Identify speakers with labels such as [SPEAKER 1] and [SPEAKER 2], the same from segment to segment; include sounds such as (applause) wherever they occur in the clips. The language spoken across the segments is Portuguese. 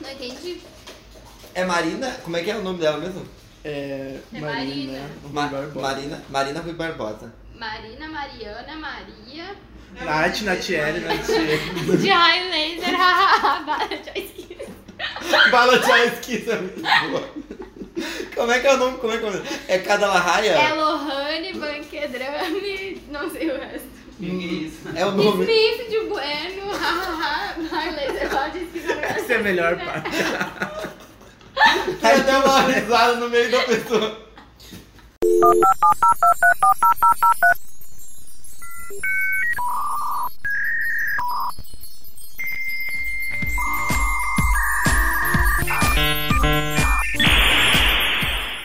[SPEAKER 1] Não entendi.
[SPEAKER 2] É Marina? Como é que é o nome dela mesmo?
[SPEAKER 3] É,
[SPEAKER 1] É
[SPEAKER 3] Marina.
[SPEAKER 1] Marina.
[SPEAKER 3] Rui
[SPEAKER 2] Ma-
[SPEAKER 3] Barbosa.
[SPEAKER 2] Marina, Marina Rui Barbosa.
[SPEAKER 1] Marina, Mariana, Maria.
[SPEAKER 3] Nath, Natiele, Natiele.
[SPEAKER 1] (laughs) De raio laser. Bala (laughs) de esquina.
[SPEAKER 2] (laughs) Bala de esquisa, muito boa. Como é que é o nome? Como é que é o nome? É Cada Larraia?
[SPEAKER 1] É Lohane, Banquedrame, não sei o resto.
[SPEAKER 4] Que que é isso?
[SPEAKER 2] É o nome.
[SPEAKER 1] Smith de Bueno, raio laser, bala de esquina.
[SPEAKER 3] (laughs) Essa é a melhor parte.
[SPEAKER 2] Aí deu uma risada no meio da pessoa.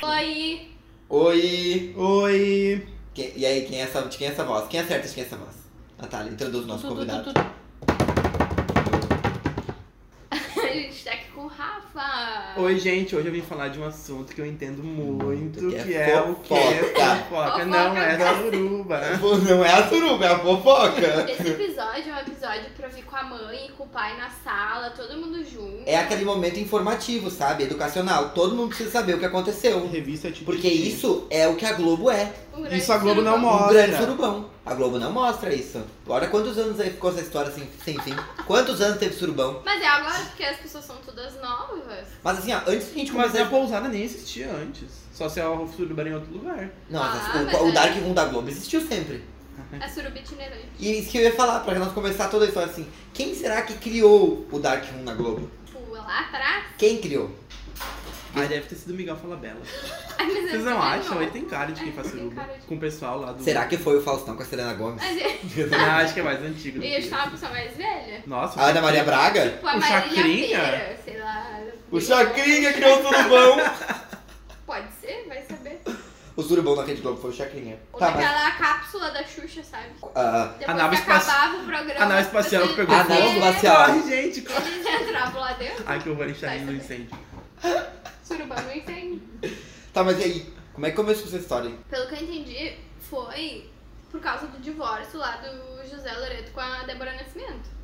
[SPEAKER 1] Oi.
[SPEAKER 2] Oi!
[SPEAKER 3] Oi.
[SPEAKER 2] Quem- e aí, quem é essa, de quem é essa voz? Quem acerta de quem é essa voz? Natália, introduz o nosso
[SPEAKER 1] Tu, tu, tu,
[SPEAKER 2] convidado.
[SPEAKER 1] tu, tu. (laughs) A gente tá aqui com o Rafa.
[SPEAKER 3] Oi, gente. Hoje eu vim falar de um assunto que eu entendo muito,
[SPEAKER 2] Que é
[SPEAKER 3] que é o que é
[SPEAKER 2] fofoca.
[SPEAKER 3] fofoca. Não é da suruba.
[SPEAKER 2] Pô, Não é a suruba, é a fofoca.
[SPEAKER 1] Esse episódio é um episódio pra vir com a mãe e com o pai na sala, todo mundo junto.
[SPEAKER 2] É aquele momento informativo, sabe? Educacional. Todo mundo precisa saber o que aconteceu.
[SPEAKER 3] Revista Tititi.
[SPEAKER 2] Porque isso é o que a Globo é.
[SPEAKER 1] Um grande
[SPEAKER 3] Isso a Globo não
[SPEAKER 1] surubão.
[SPEAKER 3] mostra.
[SPEAKER 2] Um grande surubão. A Globo não mostra isso. Olha quantos anos aí ficou essa história sem, sem fim. Quantos anos teve surubão?
[SPEAKER 1] Mas é agora porque as pessoas são todas novas.
[SPEAKER 2] Mas assim, ó, antes da gente
[SPEAKER 3] Mas
[SPEAKER 2] começar.
[SPEAKER 3] a pousada nem existia antes. Só se é ela surubar em outro lugar.
[SPEAKER 2] Não, mas
[SPEAKER 1] Ah,
[SPEAKER 2] o-
[SPEAKER 1] mas
[SPEAKER 2] o,
[SPEAKER 1] aí-
[SPEAKER 2] Dark Room da Globo existiu sempre.
[SPEAKER 1] É suruba itinerante.
[SPEAKER 2] E isso que eu ia falar, pra nós começar toda a história assim. Quem será que criou o Dark Room na Globo?
[SPEAKER 1] Tipo, lá atrás. (laughs)
[SPEAKER 2] Quem criou?
[SPEAKER 3] Aí deve ter sido Miguel Falabella.
[SPEAKER 1] Ai, mas
[SPEAKER 3] Vocês
[SPEAKER 1] esse
[SPEAKER 3] não
[SPEAKER 1] é
[SPEAKER 3] acham?
[SPEAKER 1] novo.
[SPEAKER 3] Ele tem cara de quem faz
[SPEAKER 1] É, tem
[SPEAKER 3] suruba.
[SPEAKER 1] cara de-
[SPEAKER 3] Com o pessoal lá do...
[SPEAKER 2] Será que foi o Faustão com a Selena Gomes?
[SPEAKER 1] Mas ele-
[SPEAKER 3] Não, acho que é mais antigo. do
[SPEAKER 1] ele
[SPEAKER 3] que
[SPEAKER 1] está uma pessoa mais velha.
[SPEAKER 3] Nossa.
[SPEAKER 2] A Ana Maria Braga?
[SPEAKER 1] Tipo, a
[SPEAKER 3] O
[SPEAKER 1] Marília
[SPEAKER 3] Chacrinha?
[SPEAKER 1] Pera, sei lá.
[SPEAKER 2] O Chacrinha criou o surubão.
[SPEAKER 1] Pode ser, vai saber.
[SPEAKER 2] o surubão na Rede Globo foi o Chacrinha.
[SPEAKER 1] Ou
[SPEAKER 2] Tá, mas...
[SPEAKER 1] naquela cápsula da Xuxa, sabe?
[SPEAKER 2] ah,
[SPEAKER 1] Depois
[SPEAKER 3] nave
[SPEAKER 1] que
[SPEAKER 3] espaci-
[SPEAKER 1] acabava o programa.
[SPEAKER 3] a nave espacial
[SPEAKER 1] vocês-
[SPEAKER 3] pegou
[SPEAKER 2] a nave
[SPEAKER 1] vocês-
[SPEAKER 2] espacial.
[SPEAKER 3] Corre, gente. Corre.
[SPEAKER 1] (laughs) Eles entravam lá dentro,
[SPEAKER 3] Ai, que eu vou deixar tá rindo no incêndio.
[SPEAKER 1] surubão não entende.
[SPEAKER 2] Tá, mas e aí? Como é que começou essa história? aí?
[SPEAKER 1] Pelo que eu entendi, foi por causa do divórcio lá do José Loreto com a Débora Nascimento.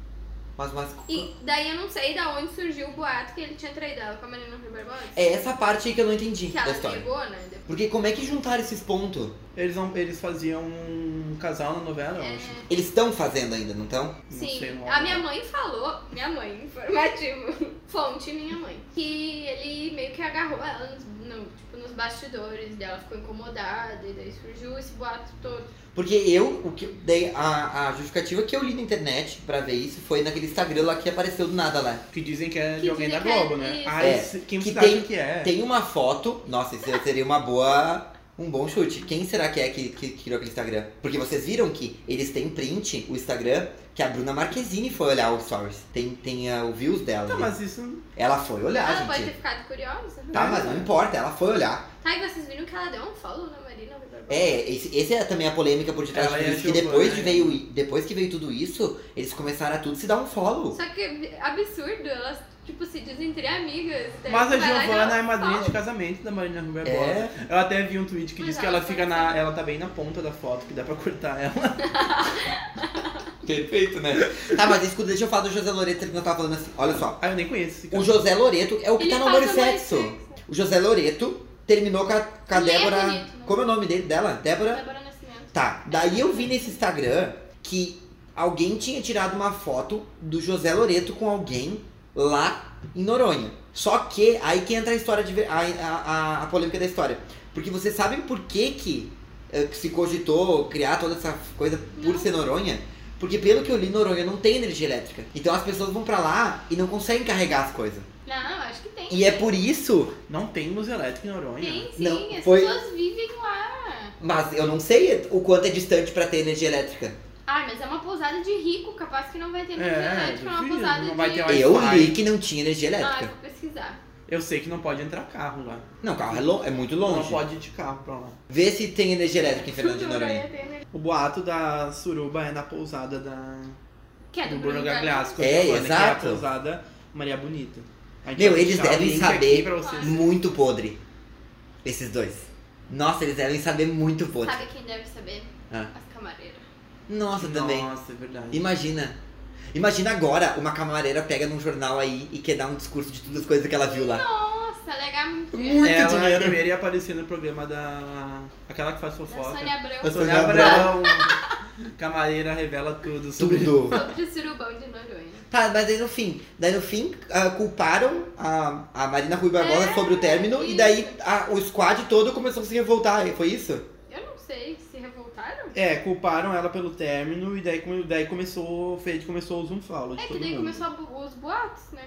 [SPEAKER 2] Mas, mas...
[SPEAKER 1] E daí eu não sei da onde surgiu o boato que ele tinha traído ela com a Marina Rui Barbosa.
[SPEAKER 2] É essa parte aí que eu não entendi
[SPEAKER 1] Que
[SPEAKER 2] da
[SPEAKER 1] ela
[SPEAKER 2] história.
[SPEAKER 1] pegou, né? Depois.
[SPEAKER 2] Porque como é que juntaram esses pontos?
[SPEAKER 3] Eles, não- eles faziam um casal na novela, eu acho.
[SPEAKER 1] É,
[SPEAKER 2] Eles estão fazendo ainda, não estão?
[SPEAKER 3] Não é
[SPEAKER 1] sim,
[SPEAKER 3] sei o nome.
[SPEAKER 1] a minha mãe falou, minha mãe, informativo, (laughs) fonte minha mãe, que ele meio que agarrou ela nos, no- tipo, nos bastidores dela, ficou incomodada, e daí surgiu esse boato todo.
[SPEAKER 2] Porque eu, o que dei a, a justificativa que eu li na internet pra ver isso foi naquele Instagram lá que apareceu do nada lá.
[SPEAKER 3] Que dizem que é
[SPEAKER 1] Que
[SPEAKER 3] de alguém da
[SPEAKER 1] dizem que é
[SPEAKER 3] Globo, né?
[SPEAKER 1] isso.
[SPEAKER 3] Ah,
[SPEAKER 2] É,
[SPEAKER 3] esse- quem
[SPEAKER 2] que
[SPEAKER 3] você
[SPEAKER 2] tem-
[SPEAKER 3] acha que é?
[SPEAKER 2] Tem uma foto, nossa, isso seria uma boa. um bom chute. Quem será que é que, que criou aquele Instagram? Porque vocês viram que eles têm print, o Instagram, que a Bruna Marquezine foi olhar o stories. Tem, tem ah, o views dela.
[SPEAKER 3] Tá,
[SPEAKER 2] né?
[SPEAKER 3] mas isso...
[SPEAKER 2] Ela foi olhar,
[SPEAKER 1] ela
[SPEAKER 2] Tá, gente.
[SPEAKER 1] Ah, pode ter ficado curiosa. né?
[SPEAKER 2] Tá, mas não importa, ela foi olhar.
[SPEAKER 1] Tá, e vocês viram que ela deu um follow na Marina Rui Barbosa?
[SPEAKER 2] É, esse, esse é também a polêmica por detrás
[SPEAKER 3] Ela
[SPEAKER 2] de
[SPEAKER 3] e
[SPEAKER 2] tudo
[SPEAKER 3] a
[SPEAKER 2] isso. Que depois,
[SPEAKER 3] Giovanna,
[SPEAKER 2] de
[SPEAKER 3] né?
[SPEAKER 2] veio, depois que veio tudo isso, eles começaram a tudo se dar um follow.
[SPEAKER 1] Só que absurdo, elas, tipo, se dizem entre amigas. daí
[SPEAKER 3] Mas a
[SPEAKER 1] vai lá e
[SPEAKER 3] Giovanna
[SPEAKER 1] dá
[SPEAKER 3] é
[SPEAKER 1] um
[SPEAKER 3] madrinha
[SPEAKER 1] follow.
[SPEAKER 3] de casamento da Marina Rui Barbosa.
[SPEAKER 2] É.
[SPEAKER 3] Eu até vi um tweet que
[SPEAKER 1] Mas
[SPEAKER 3] diz que
[SPEAKER 1] ela
[SPEAKER 3] ela fica
[SPEAKER 1] pode
[SPEAKER 3] na... Ela tá bem na ponta da foto, que dá pra cortar ela. (laughs)
[SPEAKER 2] Perfeito, né? Tá, mas escuta, deixa eu falar do José Loreto que eu tava falando assim. Olha só.
[SPEAKER 3] Ah, eu nem conheço esse
[SPEAKER 2] O
[SPEAKER 3] cara.
[SPEAKER 2] José Loreto é o que
[SPEAKER 1] Ele
[SPEAKER 2] tá no
[SPEAKER 1] faz
[SPEAKER 2] amor e
[SPEAKER 1] amor e
[SPEAKER 2] sexo.
[SPEAKER 1] sexo.
[SPEAKER 2] O José Loreto terminou com a, com a
[SPEAKER 1] Ele é
[SPEAKER 2] Débora.
[SPEAKER 1] bonito, né?
[SPEAKER 2] Como é o nome dele? Dela? Débora?
[SPEAKER 1] Débora Nascimento.
[SPEAKER 2] Tá. Daí eu vi nesse Instagram que alguém tinha tirado uma foto do José Loreto com alguém lá em Noronha. Só que aí que entra a história de ver- a, a, a- a polêmica da história. Porque vocês sabem por que que eh, se cogitou criar toda essa coisa por
[SPEAKER 1] Não.
[SPEAKER 2] ser Noronha? Porque pelo que eu li, Noronha não tem energia elétrica. Então as pessoas vão pra lá e não conseguem carregar as coisas.
[SPEAKER 1] Não, acho que tem.
[SPEAKER 2] E é por isso,
[SPEAKER 3] Não tem museu elétrico em Noronha.
[SPEAKER 1] Tem sim,
[SPEAKER 2] Não,
[SPEAKER 1] as
[SPEAKER 2] foi-
[SPEAKER 1] pessoas vivem lá.
[SPEAKER 2] mas eu não sei o quanto é distante pra ter energia elétrica.
[SPEAKER 1] Ah, mas é uma pousada de rico, capaz que não vai ter energia
[SPEAKER 3] É,
[SPEAKER 1] elétrica, é uma
[SPEAKER 3] duvido,
[SPEAKER 1] pousada
[SPEAKER 3] não vai
[SPEAKER 1] de...
[SPEAKER 3] ter Mas
[SPEAKER 2] Eu
[SPEAKER 3] vai.
[SPEAKER 2] li que não tinha energia
[SPEAKER 1] Ah, eu
[SPEAKER 2] elétrica.
[SPEAKER 1] vou pesquisar.
[SPEAKER 3] Eu sei que não pode entrar carro lá.
[SPEAKER 2] Não, carro é, lo- é muito
[SPEAKER 3] Não
[SPEAKER 2] longe.
[SPEAKER 3] pode ir de carro pra lá.
[SPEAKER 2] Vê se tem energia elétrica em Fernando de Noronha.
[SPEAKER 1] Noronha tem energia.
[SPEAKER 3] O boato da suruba é na pousada da...
[SPEAKER 1] Que é do
[SPEAKER 3] do Bruno
[SPEAKER 1] Gagliasso.
[SPEAKER 3] Gagliasco.
[SPEAKER 2] É,
[SPEAKER 3] Giovanna, que
[SPEAKER 2] exato.
[SPEAKER 3] É a pousada Maria Bonita. A gente
[SPEAKER 2] Meu,
[SPEAKER 3] vai
[SPEAKER 2] eles
[SPEAKER 3] deixar o
[SPEAKER 2] devem
[SPEAKER 3] link
[SPEAKER 2] saber.
[SPEAKER 3] aqui Pra vocês.
[SPEAKER 2] Muito podre. Esses dois. Nossa, eles devem saber muito podre.
[SPEAKER 1] Sabe quem deve saber?
[SPEAKER 2] Ah.
[SPEAKER 1] As camareiras.
[SPEAKER 2] Nossa, também.
[SPEAKER 3] Nossa, é verdade.
[SPEAKER 2] Imagina. Imagina agora uma camareira pega num jornal aí e quer dar um discurso de todas as coisas que ela viu lá.
[SPEAKER 1] Nossa, é legal muito.
[SPEAKER 2] Muito
[SPEAKER 3] ela
[SPEAKER 2] dinheiro.
[SPEAKER 3] primeiro ia aparecer no programa da. Aquela que faz
[SPEAKER 1] Da
[SPEAKER 3] fofoca.
[SPEAKER 1] Sônia Abrão.
[SPEAKER 3] A
[SPEAKER 2] Da
[SPEAKER 3] Sônia
[SPEAKER 2] Sônia Abrão.
[SPEAKER 3] Abrão. Camareira revela é tudo sobre.
[SPEAKER 2] Tudo.
[SPEAKER 1] Sobre o surubão de Noronha.
[SPEAKER 2] Tá, mas aí no fim, daí no fim ah, culparam a, a Marina Rui Barbosa
[SPEAKER 1] É,
[SPEAKER 2] sobre o término e
[SPEAKER 1] isso.
[SPEAKER 2] daí a- o squad todo começou a se revoltar, foi isso?
[SPEAKER 1] Eu não sei, se revoltaram?
[SPEAKER 3] É, culparam ela pelo término e daí, come- daí começou. O Fade começou o Zoomfollow de
[SPEAKER 1] É que
[SPEAKER 3] todo
[SPEAKER 1] daí
[SPEAKER 3] mundo.
[SPEAKER 1] começou a bu- os boatos, né?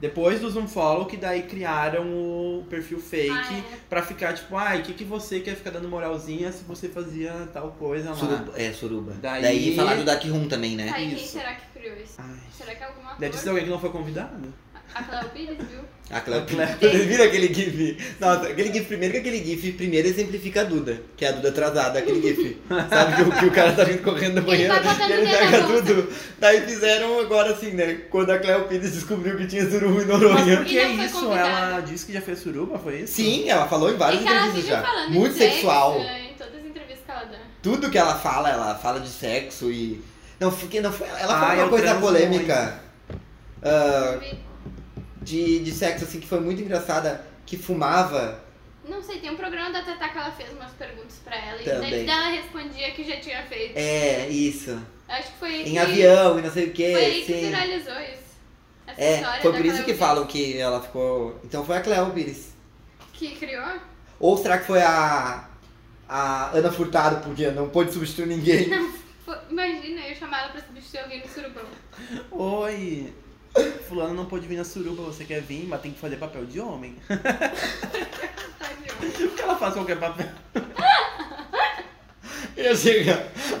[SPEAKER 3] Depois do Zoomfollow, que daí criaram o perfil fake
[SPEAKER 1] Ah,
[SPEAKER 3] pra ficar tipo, ai, o que, que você quer ficar dando moralzinha se você fazia tal coisa lá?
[SPEAKER 2] Suruba, é, suruba. Daí,
[SPEAKER 3] Daí-
[SPEAKER 2] falar do Dark Room também,
[SPEAKER 1] é. Tá,
[SPEAKER 2] né?
[SPEAKER 1] e quem
[SPEAKER 3] Isso.
[SPEAKER 1] será que criou isso?
[SPEAKER 3] Ai.
[SPEAKER 1] Será que é alguma
[SPEAKER 3] Deve ser
[SPEAKER 1] coisa?
[SPEAKER 3] alguém que não foi convidado.
[SPEAKER 1] A Cléo Pires, viu?
[SPEAKER 2] A Cleo.
[SPEAKER 3] A Cleo.
[SPEAKER 2] Vocês viram aquele GIF? Nossa, aquele GIF, primeiro que aquele GIF, primeiro exemplifica a Duda, que é a Duda atrasada, aquele
[SPEAKER 3] (laughs)
[SPEAKER 2] GIF. Sabe que, o- que o cara tá vindo correndo da
[SPEAKER 1] Ele
[SPEAKER 2] banheira
[SPEAKER 1] vai botando
[SPEAKER 2] e ele
[SPEAKER 1] o dedo
[SPEAKER 2] pega
[SPEAKER 1] na bolsa.
[SPEAKER 2] tudo. Daí fizeram agora assim, né? Quando a Cleo Pires descobriu que tinha suruba em Noronha.
[SPEAKER 3] Mas por que
[SPEAKER 1] E não foi
[SPEAKER 3] isso?
[SPEAKER 1] convidada.
[SPEAKER 3] Ela disse que já fez suruba, foi isso?
[SPEAKER 2] Sim, ela falou em várias
[SPEAKER 1] é que ela
[SPEAKER 2] entrevistas
[SPEAKER 1] vive
[SPEAKER 2] já.
[SPEAKER 1] falando
[SPEAKER 2] Muito
[SPEAKER 1] de sexo,
[SPEAKER 2] sexual.
[SPEAKER 1] é, em todas as entrevistas que ela dá.
[SPEAKER 2] Tudo que ela fala, ela fala de sexo e. Não, porque não foi. Ela falou
[SPEAKER 3] Ah,
[SPEAKER 2] uma
[SPEAKER 3] eu
[SPEAKER 2] coisa
[SPEAKER 3] transo
[SPEAKER 2] polêmica Ah.
[SPEAKER 1] Eu vi-
[SPEAKER 2] de, de sexo, assim, que foi muito engraçada, que fumava.
[SPEAKER 1] Não sei, tem um programa da Tatá que ela fez umas perguntas pra ela. E
[SPEAKER 2] Também.
[SPEAKER 1] daí ela respondia que já tinha feito.
[SPEAKER 2] É, isso.
[SPEAKER 1] Acho que foi aí
[SPEAKER 2] Em
[SPEAKER 1] que-
[SPEAKER 2] avião e não sei o
[SPEAKER 1] Foi aí
[SPEAKER 2] que.
[SPEAKER 1] que
[SPEAKER 2] Sim.
[SPEAKER 1] viralizou isso. Essa
[SPEAKER 2] É,
[SPEAKER 1] história
[SPEAKER 2] foi
[SPEAKER 1] da
[SPEAKER 2] por isso
[SPEAKER 1] Cléo
[SPEAKER 2] que
[SPEAKER 1] Pires
[SPEAKER 2] falam que ela ficou. Então foi a Cleo Pires.
[SPEAKER 1] Que criou?
[SPEAKER 2] Ou será que foi a. A Ana Furtado, porque não pôde substituir
[SPEAKER 1] (laughs)
[SPEAKER 2] ninguém. (laughs)
[SPEAKER 1] Foi- Imagina eu chamar ela pra substituir alguém no surubão.
[SPEAKER 3] Oi! Fulano não pôde vir na suruba, você quer vir, mas tem que fazer papel de homem. (laughs)
[SPEAKER 1] Tá de olho.
[SPEAKER 3] Porque ela faz qualquer papel.
[SPEAKER 2] Eu chego.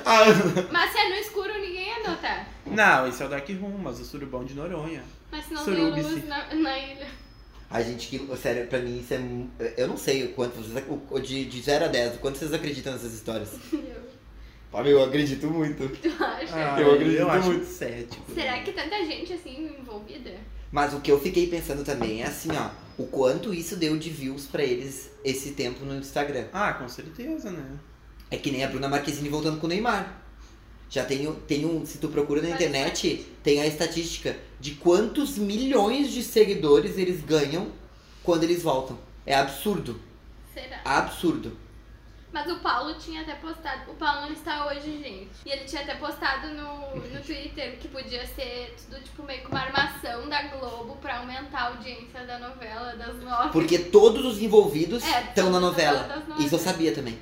[SPEAKER 2] A Ana.
[SPEAKER 1] Mas se é no escuro, ninguém ia notar.
[SPEAKER 3] Não, esse é o Dark Room, mas o surubão de Noronha.
[SPEAKER 1] Mas se não tem
[SPEAKER 3] Surubice.
[SPEAKER 1] luz na, na ilha. (laughs)
[SPEAKER 2] A gente que. Sério, pra mim isso é. mu- Eu não sei o quanto vocês. o- o De, de 0 a 10, o quanto vocês acreditam nessas histórias?
[SPEAKER 1] Eu
[SPEAKER 2] Pá, meu, eu acredito muito.
[SPEAKER 1] acho.
[SPEAKER 3] Ah,
[SPEAKER 2] Eu acredito
[SPEAKER 3] eu acho
[SPEAKER 2] muito. Ah.
[SPEAKER 3] cético.
[SPEAKER 1] Será que tanta gente assim envolvida?
[SPEAKER 2] Mas o que eu fiquei pensando também é assim, ó. O quanto isso deu de views pra eles esse tempo no Instagram.
[SPEAKER 3] Ah, com certeza, né?
[SPEAKER 2] É que nem a Bruna Marquezine voltando com o Neymar. Já tem, o- tem um. Se tu procura na
[SPEAKER 1] Mas
[SPEAKER 2] internet, tem a estatística de quantos milhões de seguidores eles ganham quando eles voltam. É absurdo.
[SPEAKER 1] Será?
[SPEAKER 2] Absurdo.
[SPEAKER 1] Mas o Paulo tinha até postado. O Paulo não está hoje, gente. E ele tinha até postado no, no Twitter que podia ser tudo tipo meio que uma armação da Globo pra aumentar a audiência da novela, das novas.
[SPEAKER 2] Porque todos os envolvidos
[SPEAKER 1] É,
[SPEAKER 2] estão na
[SPEAKER 1] todas
[SPEAKER 2] novela.
[SPEAKER 1] as novelas.
[SPEAKER 2] Isso eu sabia também.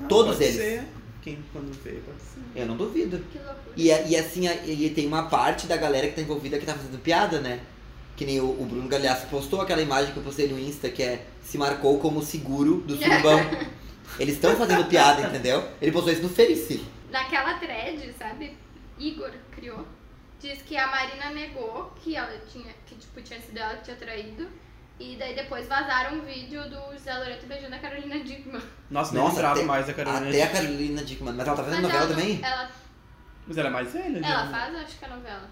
[SPEAKER 3] Ah,
[SPEAKER 2] Todos
[SPEAKER 3] pode
[SPEAKER 2] eles.
[SPEAKER 3] Ser. Quem quando veio, pode ser.
[SPEAKER 2] Eu não duvido.
[SPEAKER 1] Que loucura.
[SPEAKER 2] E, a- e assim, a- e tem uma parte da galera que tá envolvida que tá fazendo piada, né? Que nem o, o Bruno Galhaço postou aquela imagem que eu postei no Insta, que é se marcou como seguro do surubão.
[SPEAKER 1] (laughs)
[SPEAKER 2] Eles estão fazendo piada, entendeu? Ele postou isso no Face.
[SPEAKER 1] Naquela thread, sabe? Igor criou. Diz que a Marina negou que ela tinha, que tipo, tinha sido ela que tinha traído. E daí depois vazaram um vídeo do Zé Loreto beijando a Carolina Dickman.
[SPEAKER 2] Nossa,
[SPEAKER 3] Nossa, nem lembrava
[SPEAKER 2] até-
[SPEAKER 3] mais da Carolina.
[SPEAKER 2] Até a Carolina Dickman. Mas ela tá fazendo novela
[SPEAKER 1] ela, não-
[SPEAKER 2] também?
[SPEAKER 1] Ela,
[SPEAKER 3] Mas ela é mais velha, já.
[SPEAKER 1] ela
[SPEAKER 3] né?
[SPEAKER 1] faz, acho que a novela.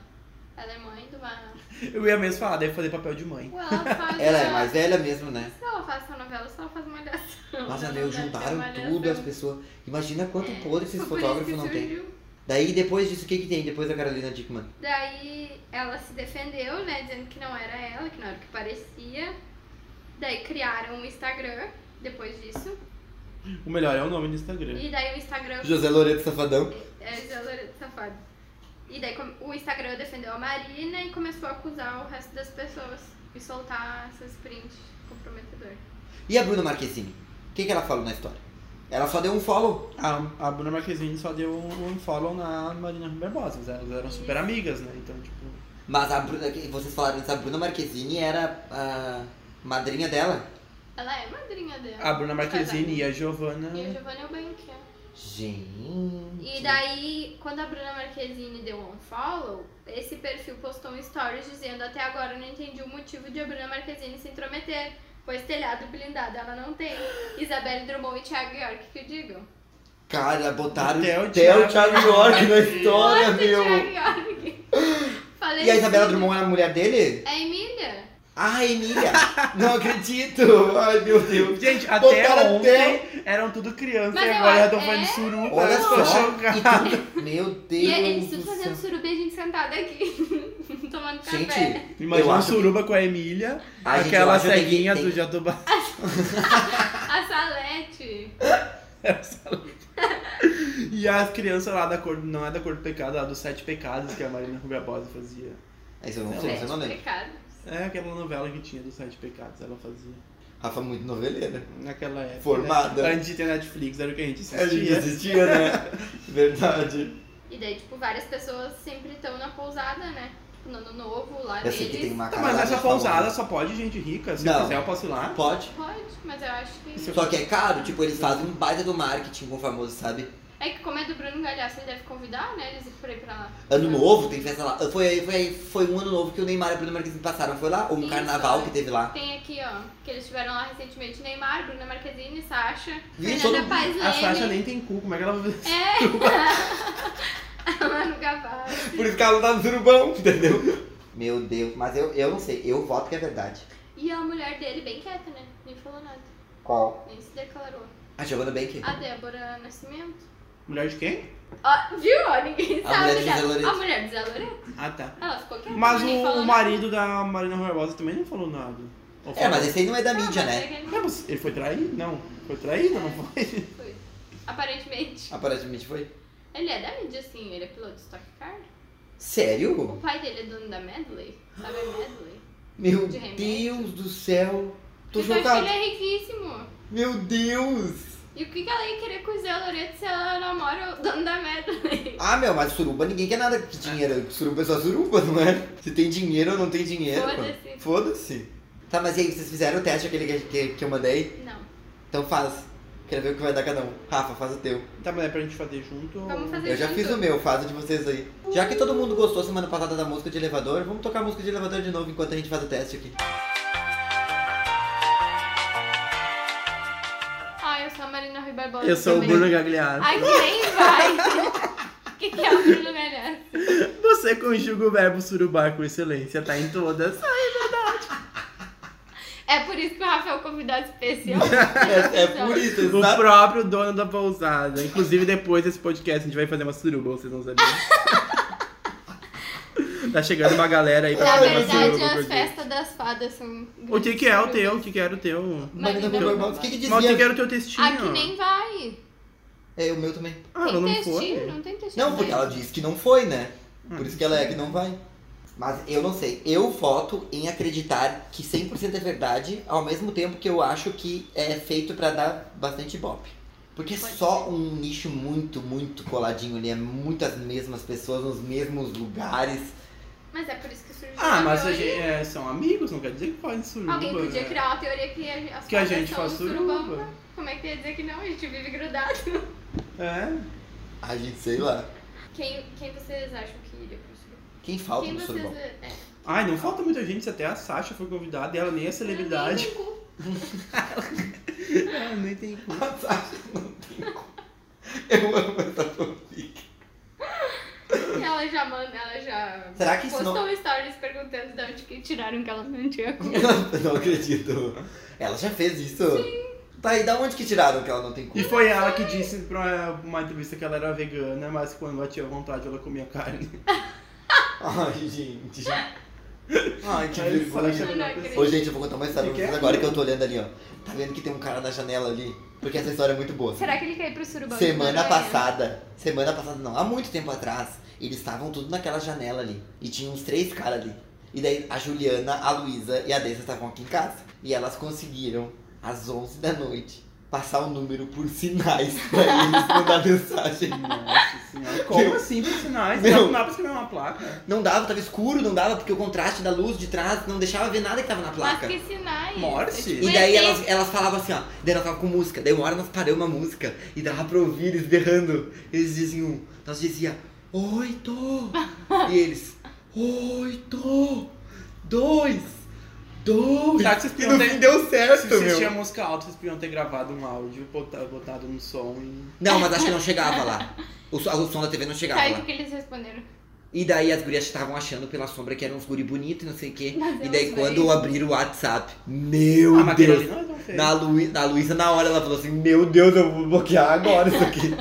[SPEAKER 1] Ela é mãe de uma.
[SPEAKER 2] (laughs)
[SPEAKER 3] Eu ia mesmo falar, deve fazer papel de mãe.
[SPEAKER 1] Ou ela faz.
[SPEAKER 2] Ela é
[SPEAKER 1] uma-
[SPEAKER 2] mais velha mesmo, né?
[SPEAKER 1] Se ela faz essa novela, se ela faz uma malhação.
[SPEAKER 2] Nossa,
[SPEAKER 1] Ela
[SPEAKER 2] meu,
[SPEAKER 1] deve ter
[SPEAKER 2] juntaram
[SPEAKER 1] malhação.
[SPEAKER 2] tudo, as pessoas. Imagina quanto
[SPEAKER 1] É.
[SPEAKER 2] podre esses
[SPEAKER 1] Foi por isso que
[SPEAKER 2] fotógrafos não têm.
[SPEAKER 1] surgiu.
[SPEAKER 2] Daí, depois disso, o que que tem depois da Carolina Dickman?
[SPEAKER 1] Daí ela se defendeu, né? Dizendo que não era ela, que não era o que parecia. Daí criaram um Instagram depois disso.
[SPEAKER 3] O melhor é o nome no Instagram.
[SPEAKER 1] E daí o Instagram.
[SPEAKER 2] José Loreto Safadão.
[SPEAKER 1] É José Loreto Safado. E daí com- o Instagram defendeu a Marina e começou a acusar o resto das pessoas e soltar essas prints comprometedor.
[SPEAKER 2] E a Bruna Marquezine? O que que ela falou na história? Ela só deu um follow.
[SPEAKER 3] A, a Bruna Marquezine só deu um follow na Marina Rui Barbosa. mas Elas eram super amigas, né? Então, tipo.
[SPEAKER 2] Mas a Bruna, que vocês falaram isso, a Bruna Marquezine era a madrinha dela.
[SPEAKER 1] Ela é madrinha dela.
[SPEAKER 3] A Bruna
[SPEAKER 1] do
[SPEAKER 3] Marquezine e a Giovanna.
[SPEAKER 1] casal. E a Giovanna Eubank, é.
[SPEAKER 2] Gente.
[SPEAKER 1] E daí, quando a Bruna Marquezine deu um follow, esse perfil postou um stories dizendo até agora eu não entendi o motivo de a Bruna Marquezine se intrometer, pois telhado blindado ela não tem. Isabelle Drummond e Thiago York que digam.
[SPEAKER 2] Cara, botaram
[SPEAKER 3] Até o
[SPEAKER 2] até o
[SPEAKER 3] Thiago
[SPEAKER 2] Thiago York na
[SPEAKER 3] York.
[SPEAKER 2] história,
[SPEAKER 1] Nossa,
[SPEAKER 2] meu. (laughs)
[SPEAKER 1] Thiago York! Falei
[SPEAKER 2] E a Isabela
[SPEAKER 1] assim,
[SPEAKER 2] Drummond era a mulher dele?
[SPEAKER 1] É a Emília.
[SPEAKER 2] Ah, Emília! não acredito! Ai, meu Deus!
[SPEAKER 3] Gente,
[SPEAKER 2] Botaram
[SPEAKER 3] até
[SPEAKER 2] até-
[SPEAKER 3] ontem eram tudo criança
[SPEAKER 1] Mas
[SPEAKER 3] e
[SPEAKER 1] eu
[SPEAKER 3] agora
[SPEAKER 1] acho-
[SPEAKER 3] estão falando
[SPEAKER 1] é.
[SPEAKER 3] de suruba.
[SPEAKER 2] Olha
[SPEAKER 3] eu
[SPEAKER 2] só!
[SPEAKER 3] tô chocada.
[SPEAKER 2] E tu- Meu Deus!
[SPEAKER 1] E é eles tudo
[SPEAKER 2] do
[SPEAKER 1] fazendo
[SPEAKER 2] céu.
[SPEAKER 1] suruba e a gente sentada aqui, (laughs) tomando café.
[SPEAKER 2] Gente, Eu
[SPEAKER 3] Imagina uma
[SPEAKER 2] acho que-
[SPEAKER 3] suruba com a Emília,
[SPEAKER 2] a gente eu
[SPEAKER 3] aquela
[SPEAKER 2] acho que tem que-
[SPEAKER 3] ceguinha
[SPEAKER 2] tem
[SPEAKER 3] do
[SPEAKER 2] que-
[SPEAKER 3] Jatobá.
[SPEAKER 1] A Salete.
[SPEAKER 3] E as crianças lá da cor, não é da cor do pecado, lá dos sete pecados que a Marina Rubia Bosa fazia.
[SPEAKER 2] É isso, eu não sei,
[SPEAKER 1] Salete
[SPEAKER 2] isso eu não lembro.
[SPEAKER 1] pecado.
[SPEAKER 3] É aquela novela que tinha dos sete pecados, ela fazia.
[SPEAKER 2] Rafa é muito noveleira.
[SPEAKER 3] Naquela época.
[SPEAKER 2] Formada.
[SPEAKER 3] Né? Antes de ter Netflix, era o que a gente
[SPEAKER 2] A gente
[SPEAKER 3] assistia. Tá,
[SPEAKER 1] (laughs)
[SPEAKER 2] assistia, né? Verdade.
[SPEAKER 1] E daí, tipo, várias pessoas sempre estão na pousada, né? Tipo, no ano novo, lá
[SPEAKER 2] Eu sei que tem
[SPEAKER 1] deles.
[SPEAKER 2] uma
[SPEAKER 3] Tá,
[SPEAKER 2] casa.
[SPEAKER 3] mas essa pousada só pode gente rica. Se
[SPEAKER 2] Não.
[SPEAKER 3] quiser, eu posso ir lá.
[SPEAKER 2] Pode.
[SPEAKER 1] Pode, mas Ah? eu acho que.
[SPEAKER 3] Isso-
[SPEAKER 2] Só que é caro, tipo, eles fazem um baita do marketing com o famoso, sabe?
[SPEAKER 1] É que como é do Bruno Galhaço, ele deve convidar, né? Eles pra ir pra lá.
[SPEAKER 2] Ano novo, tem festa lá. Foi, foi, foi um ano novo que o Neymar e o Bruno Marquezine passaram, foi lá? Ou um
[SPEAKER 1] Isso,
[SPEAKER 2] carnaval
[SPEAKER 1] é.
[SPEAKER 2] que teve lá.
[SPEAKER 1] Tem aqui, ó, que eles tiveram lá recentemente Neymar, Bruna Marquezine, Sasha,
[SPEAKER 2] Viu?
[SPEAKER 1] Fernanda
[SPEAKER 2] Todo-
[SPEAKER 1] Paes
[SPEAKER 3] A Sasha
[SPEAKER 1] (laughs) Leme,
[SPEAKER 3] nem tem cu, como é que ela vai fazer?
[SPEAKER 1] Manu Gavassi.
[SPEAKER 2] Por isso que ela tá no surubão, entendeu? Meu Deus, mas eu, eu não sei, eu voto que é verdade.
[SPEAKER 1] E a mulher dele bem quieta, né? Nem falou nada,
[SPEAKER 2] Qual?
[SPEAKER 1] nem se declarou.
[SPEAKER 2] A Giovanna Bank?
[SPEAKER 1] A Débora Nascimento.
[SPEAKER 3] Mulher de quem?
[SPEAKER 1] Ó, viu? Ó, ninguém
[SPEAKER 2] A
[SPEAKER 1] sabe
[SPEAKER 2] mulher de Zé
[SPEAKER 1] dela.
[SPEAKER 2] Loreto.
[SPEAKER 1] A mulher de Zé Loreto.
[SPEAKER 3] Ah, tá.
[SPEAKER 1] Ela ficou quieta.
[SPEAKER 3] Mas
[SPEAKER 1] nem
[SPEAKER 3] o,
[SPEAKER 1] falou
[SPEAKER 3] o marido da Marina Rui Barbosa também não falou nada. Ou
[SPEAKER 2] É,
[SPEAKER 3] falou?
[SPEAKER 2] mas esse aí não é da
[SPEAKER 1] nada.
[SPEAKER 2] mídia,
[SPEAKER 1] Não, mas
[SPEAKER 2] né?
[SPEAKER 1] é que
[SPEAKER 3] Não, mas ele foi traído? Não. Foi traído, não foi? (laughs)
[SPEAKER 1] ele foi. Aparentemente.
[SPEAKER 2] Aparentemente foi.
[SPEAKER 1] Ele é da mídia, sim. Ele é piloto de Stock Car.
[SPEAKER 2] Sério?
[SPEAKER 1] O pai dele é dono da Medley. Sabe a Medley?
[SPEAKER 2] Meu
[SPEAKER 1] De remédio.
[SPEAKER 2] Deus do céu. Tô
[SPEAKER 1] Então, acho que
[SPEAKER 2] chocado.
[SPEAKER 1] ele é riquíssimo.
[SPEAKER 2] Meu Deus!
[SPEAKER 1] E o que, que ela ia querer com o Zé Loreto se ela namora o dono da Medley?
[SPEAKER 2] Ah, meu, mas suruba ninguém quer nada que dinheiro. Suruba é só suruba, não é? Se tem dinheiro ou não tem
[SPEAKER 3] É,
[SPEAKER 2] dinheiro.
[SPEAKER 1] Foda-se.
[SPEAKER 2] Foda-se. tá, mas e aí, vocês fizeram o teste aquele que, que, que eu mandei?
[SPEAKER 1] Não.
[SPEAKER 2] Então faz. Quero ver o que vai dar cada um. Rafa, faz o teu.
[SPEAKER 3] Tá, mas é pra gente fazer junto? ou-
[SPEAKER 1] Vamos fazer
[SPEAKER 2] Eu já
[SPEAKER 1] junto.
[SPEAKER 2] fiz o meu, faz o de vocês aí. Já que todo mundo gostou semana passada da música de elevador, vamos tocar a música de elevador de novo enquanto a gente faz o teste aqui.
[SPEAKER 1] Ah, eu sou a Marina Rui Barbosa.
[SPEAKER 3] Eu sou o
[SPEAKER 1] também.
[SPEAKER 3] Bruno Gagliato.
[SPEAKER 1] Ai, que nem vai.
[SPEAKER 3] (laughs)
[SPEAKER 1] O que, que é o Bruno Galhaço?
[SPEAKER 3] Você conjuga o verbo surubar com excelência, tá em todas.
[SPEAKER 1] É por isso que o Rafa é o convidado
[SPEAKER 3] (laughs)
[SPEAKER 1] especial.
[SPEAKER 2] É, é por isso,
[SPEAKER 3] O
[SPEAKER 2] exato.
[SPEAKER 3] próprio dono da pousada. Inclusive, depois desse podcast, a gente vai fazer uma suruba, vocês não
[SPEAKER 1] (laughs)
[SPEAKER 3] sabiam. tá chegando uma galera aí pra
[SPEAKER 1] Na
[SPEAKER 3] fazer uma
[SPEAKER 1] verdade,
[SPEAKER 3] suruba com a
[SPEAKER 1] as
[SPEAKER 3] gente.
[SPEAKER 1] festas das fadas são.
[SPEAKER 3] O que que é o teu? O que que era o teu?
[SPEAKER 2] Marina
[SPEAKER 1] Marina
[SPEAKER 2] Barbosa,
[SPEAKER 1] Barbosa.
[SPEAKER 2] o que que
[SPEAKER 3] Mas o que que
[SPEAKER 2] dizia?
[SPEAKER 3] era o teu textinho?
[SPEAKER 1] Aqui Ah, nem vai.
[SPEAKER 2] É, o meu também.
[SPEAKER 3] Ah, ela
[SPEAKER 1] tem
[SPEAKER 3] não
[SPEAKER 1] textinho,
[SPEAKER 3] foi?
[SPEAKER 1] não tem textinho.
[SPEAKER 2] Não, porque ela disse que não foi, né?
[SPEAKER 3] Hum,
[SPEAKER 2] Por isso que ela é que não vai. Mas eu não sei. Eu voto em acreditar que 100% é verdade, ao mesmo tempo que eu acho que é feito pra dar bastante ibope. Porque é
[SPEAKER 1] Pode
[SPEAKER 2] só um nicho muito, muito coladinho ali. É muitas mesmas pessoas nos mesmos lugares.
[SPEAKER 1] Mas é por isso que surgiu.
[SPEAKER 3] Ah,
[SPEAKER 1] a
[SPEAKER 3] mas a
[SPEAKER 1] teoria.
[SPEAKER 3] gente- é, são amigos, não quer dizer que fazem suruba.
[SPEAKER 1] Alguém podia
[SPEAKER 3] né?
[SPEAKER 1] criar uma teoria que a- as
[SPEAKER 3] Que a
[SPEAKER 1] fadas
[SPEAKER 3] gente
[SPEAKER 1] são
[SPEAKER 3] faz
[SPEAKER 1] um
[SPEAKER 3] suruba.
[SPEAKER 1] surubão. Como é que ia dizer que não? A gente vive grudado.
[SPEAKER 3] É.
[SPEAKER 2] A gente, sei lá.
[SPEAKER 1] Quem, quem vocês acham que iria pro surubão?
[SPEAKER 2] Quem falta
[SPEAKER 1] Quem
[SPEAKER 2] no
[SPEAKER 1] vocês.
[SPEAKER 2] surubão?
[SPEAKER 1] É,
[SPEAKER 3] Ai, não falta muita gente, se até a Sasha foi convidada e ela nem é celebridade.
[SPEAKER 1] Não tem cu.
[SPEAKER 3] Ela Ah, nem tem cu.
[SPEAKER 2] A Sasha não tem cu. (laughs) Eu amo essa fanfic.
[SPEAKER 1] Ela já manda, ela já
[SPEAKER 2] Será que isso
[SPEAKER 1] postou um
[SPEAKER 2] não...
[SPEAKER 1] stories perguntando de onde que tiraram que ela não tinha cu.
[SPEAKER 2] Eu (laughs) não acredito. Ela já fez isso? Sim. Tá, e da onde que tiraram que ela não tem cu?
[SPEAKER 3] E foi ela que disse pra uma entrevista que ela era vegana, mas quando batia vontade ela comia carne.
[SPEAKER 2] Ai, gente. Ai, que
[SPEAKER 3] Aí
[SPEAKER 2] vergonha.
[SPEAKER 3] Sasha virou
[SPEAKER 1] Não
[SPEAKER 3] a pessoa.
[SPEAKER 2] Ô, gente, eu vou contar uma história pra
[SPEAKER 3] Que que
[SPEAKER 2] vocês
[SPEAKER 3] é?
[SPEAKER 2] agora que eu tô olhando ali, ó. Tá vendo que tem um cara na janela ali? Porque essa história é muito boa.
[SPEAKER 1] Será que ele quer ir pro surubão? de
[SPEAKER 2] Semana
[SPEAKER 1] Noronha?
[SPEAKER 2] passada, semana passada não, há muito tempo atrás, eles estavam tudo naquela janela ali. E tinha uns três caras ali. E daí a Juliana, a Luísa e a Dessa estavam aqui em casa. E elas conseguiram, às 11 da noite, passar o número por sinais
[SPEAKER 1] (laughs)
[SPEAKER 2] pra eles mandar mensagem.
[SPEAKER 3] Nossa senhora. Como
[SPEAKER 2] Meu.
[SPEAKER 3] assim por sinais?
[SPEAKER 2] Meu.
[SPEAKER 3] Não dá pra escrever uma placa.
[SPEAKER 2] Não dava, tava escuro, não dava, porque o contraste da luz de trás não deixava ver nada que tava na placa.
[SPEAKER 1] Mas que sinais.
[SPEAKER 3] Morse?
[SPEAKER 1] é
[SPEAKER 2] E daí elas, elas falavam assim, ó, daí elas ficavam com música, daí uma hora nós paramos uma música e dava pra ouvir eles berrando. Eles diziam um, nós dizia (laughs) oito! e eles, oito! Dois!
[SPEAKER 1] tipo
[SPEAKER 2] Dois!
[SPEAKER 3] Tá, que vocês
[SPEAKER 2] E no
[SPEAKER 3] podiam
[SPEAKER 2] fim
[SPEAKER 3] ter...
[SPEAKER 2] deu
[SPEAKER 3] Se
[SPEAKER 2] certo,
[SPEAKER 3] vocês
[SPEAKER 2] meu!
[SPEAKER 3] tinham música alta, vocês podiam ter gravado um áudio, bota- botado no som e...
[SPEAKER 2] Não, mas acho que não chegava lá. O, som- o som da TV não chegava
[SPEAKER 1] Sabe o
[SPEAKER 2] lá.
[SPEAKER 1] que que eles responderam?
[SPEAKER 2] E daí as gurias estavam achando pela sombra que eram uns guri bonitos e não sei o quê.
[SPEAKER 1] Mas
[SPEAKER 2] E
[SPEAKER 1] eu
[SPEAKER 2] daí
[SPEAKER 1] usei.
[SPEAKER 2] quando eu abri o WhatsApp, meu
[SPEAKER 3] ah, mas aquilo
[SPEAKER 2] Deus!
[SPEAKER 3] ali não é tão feio.
[SPEAKER 2] Na, Lu... na Luísa, na hora, ela falou assim: Meu Deus, eu vou bloquear agora isso aqui.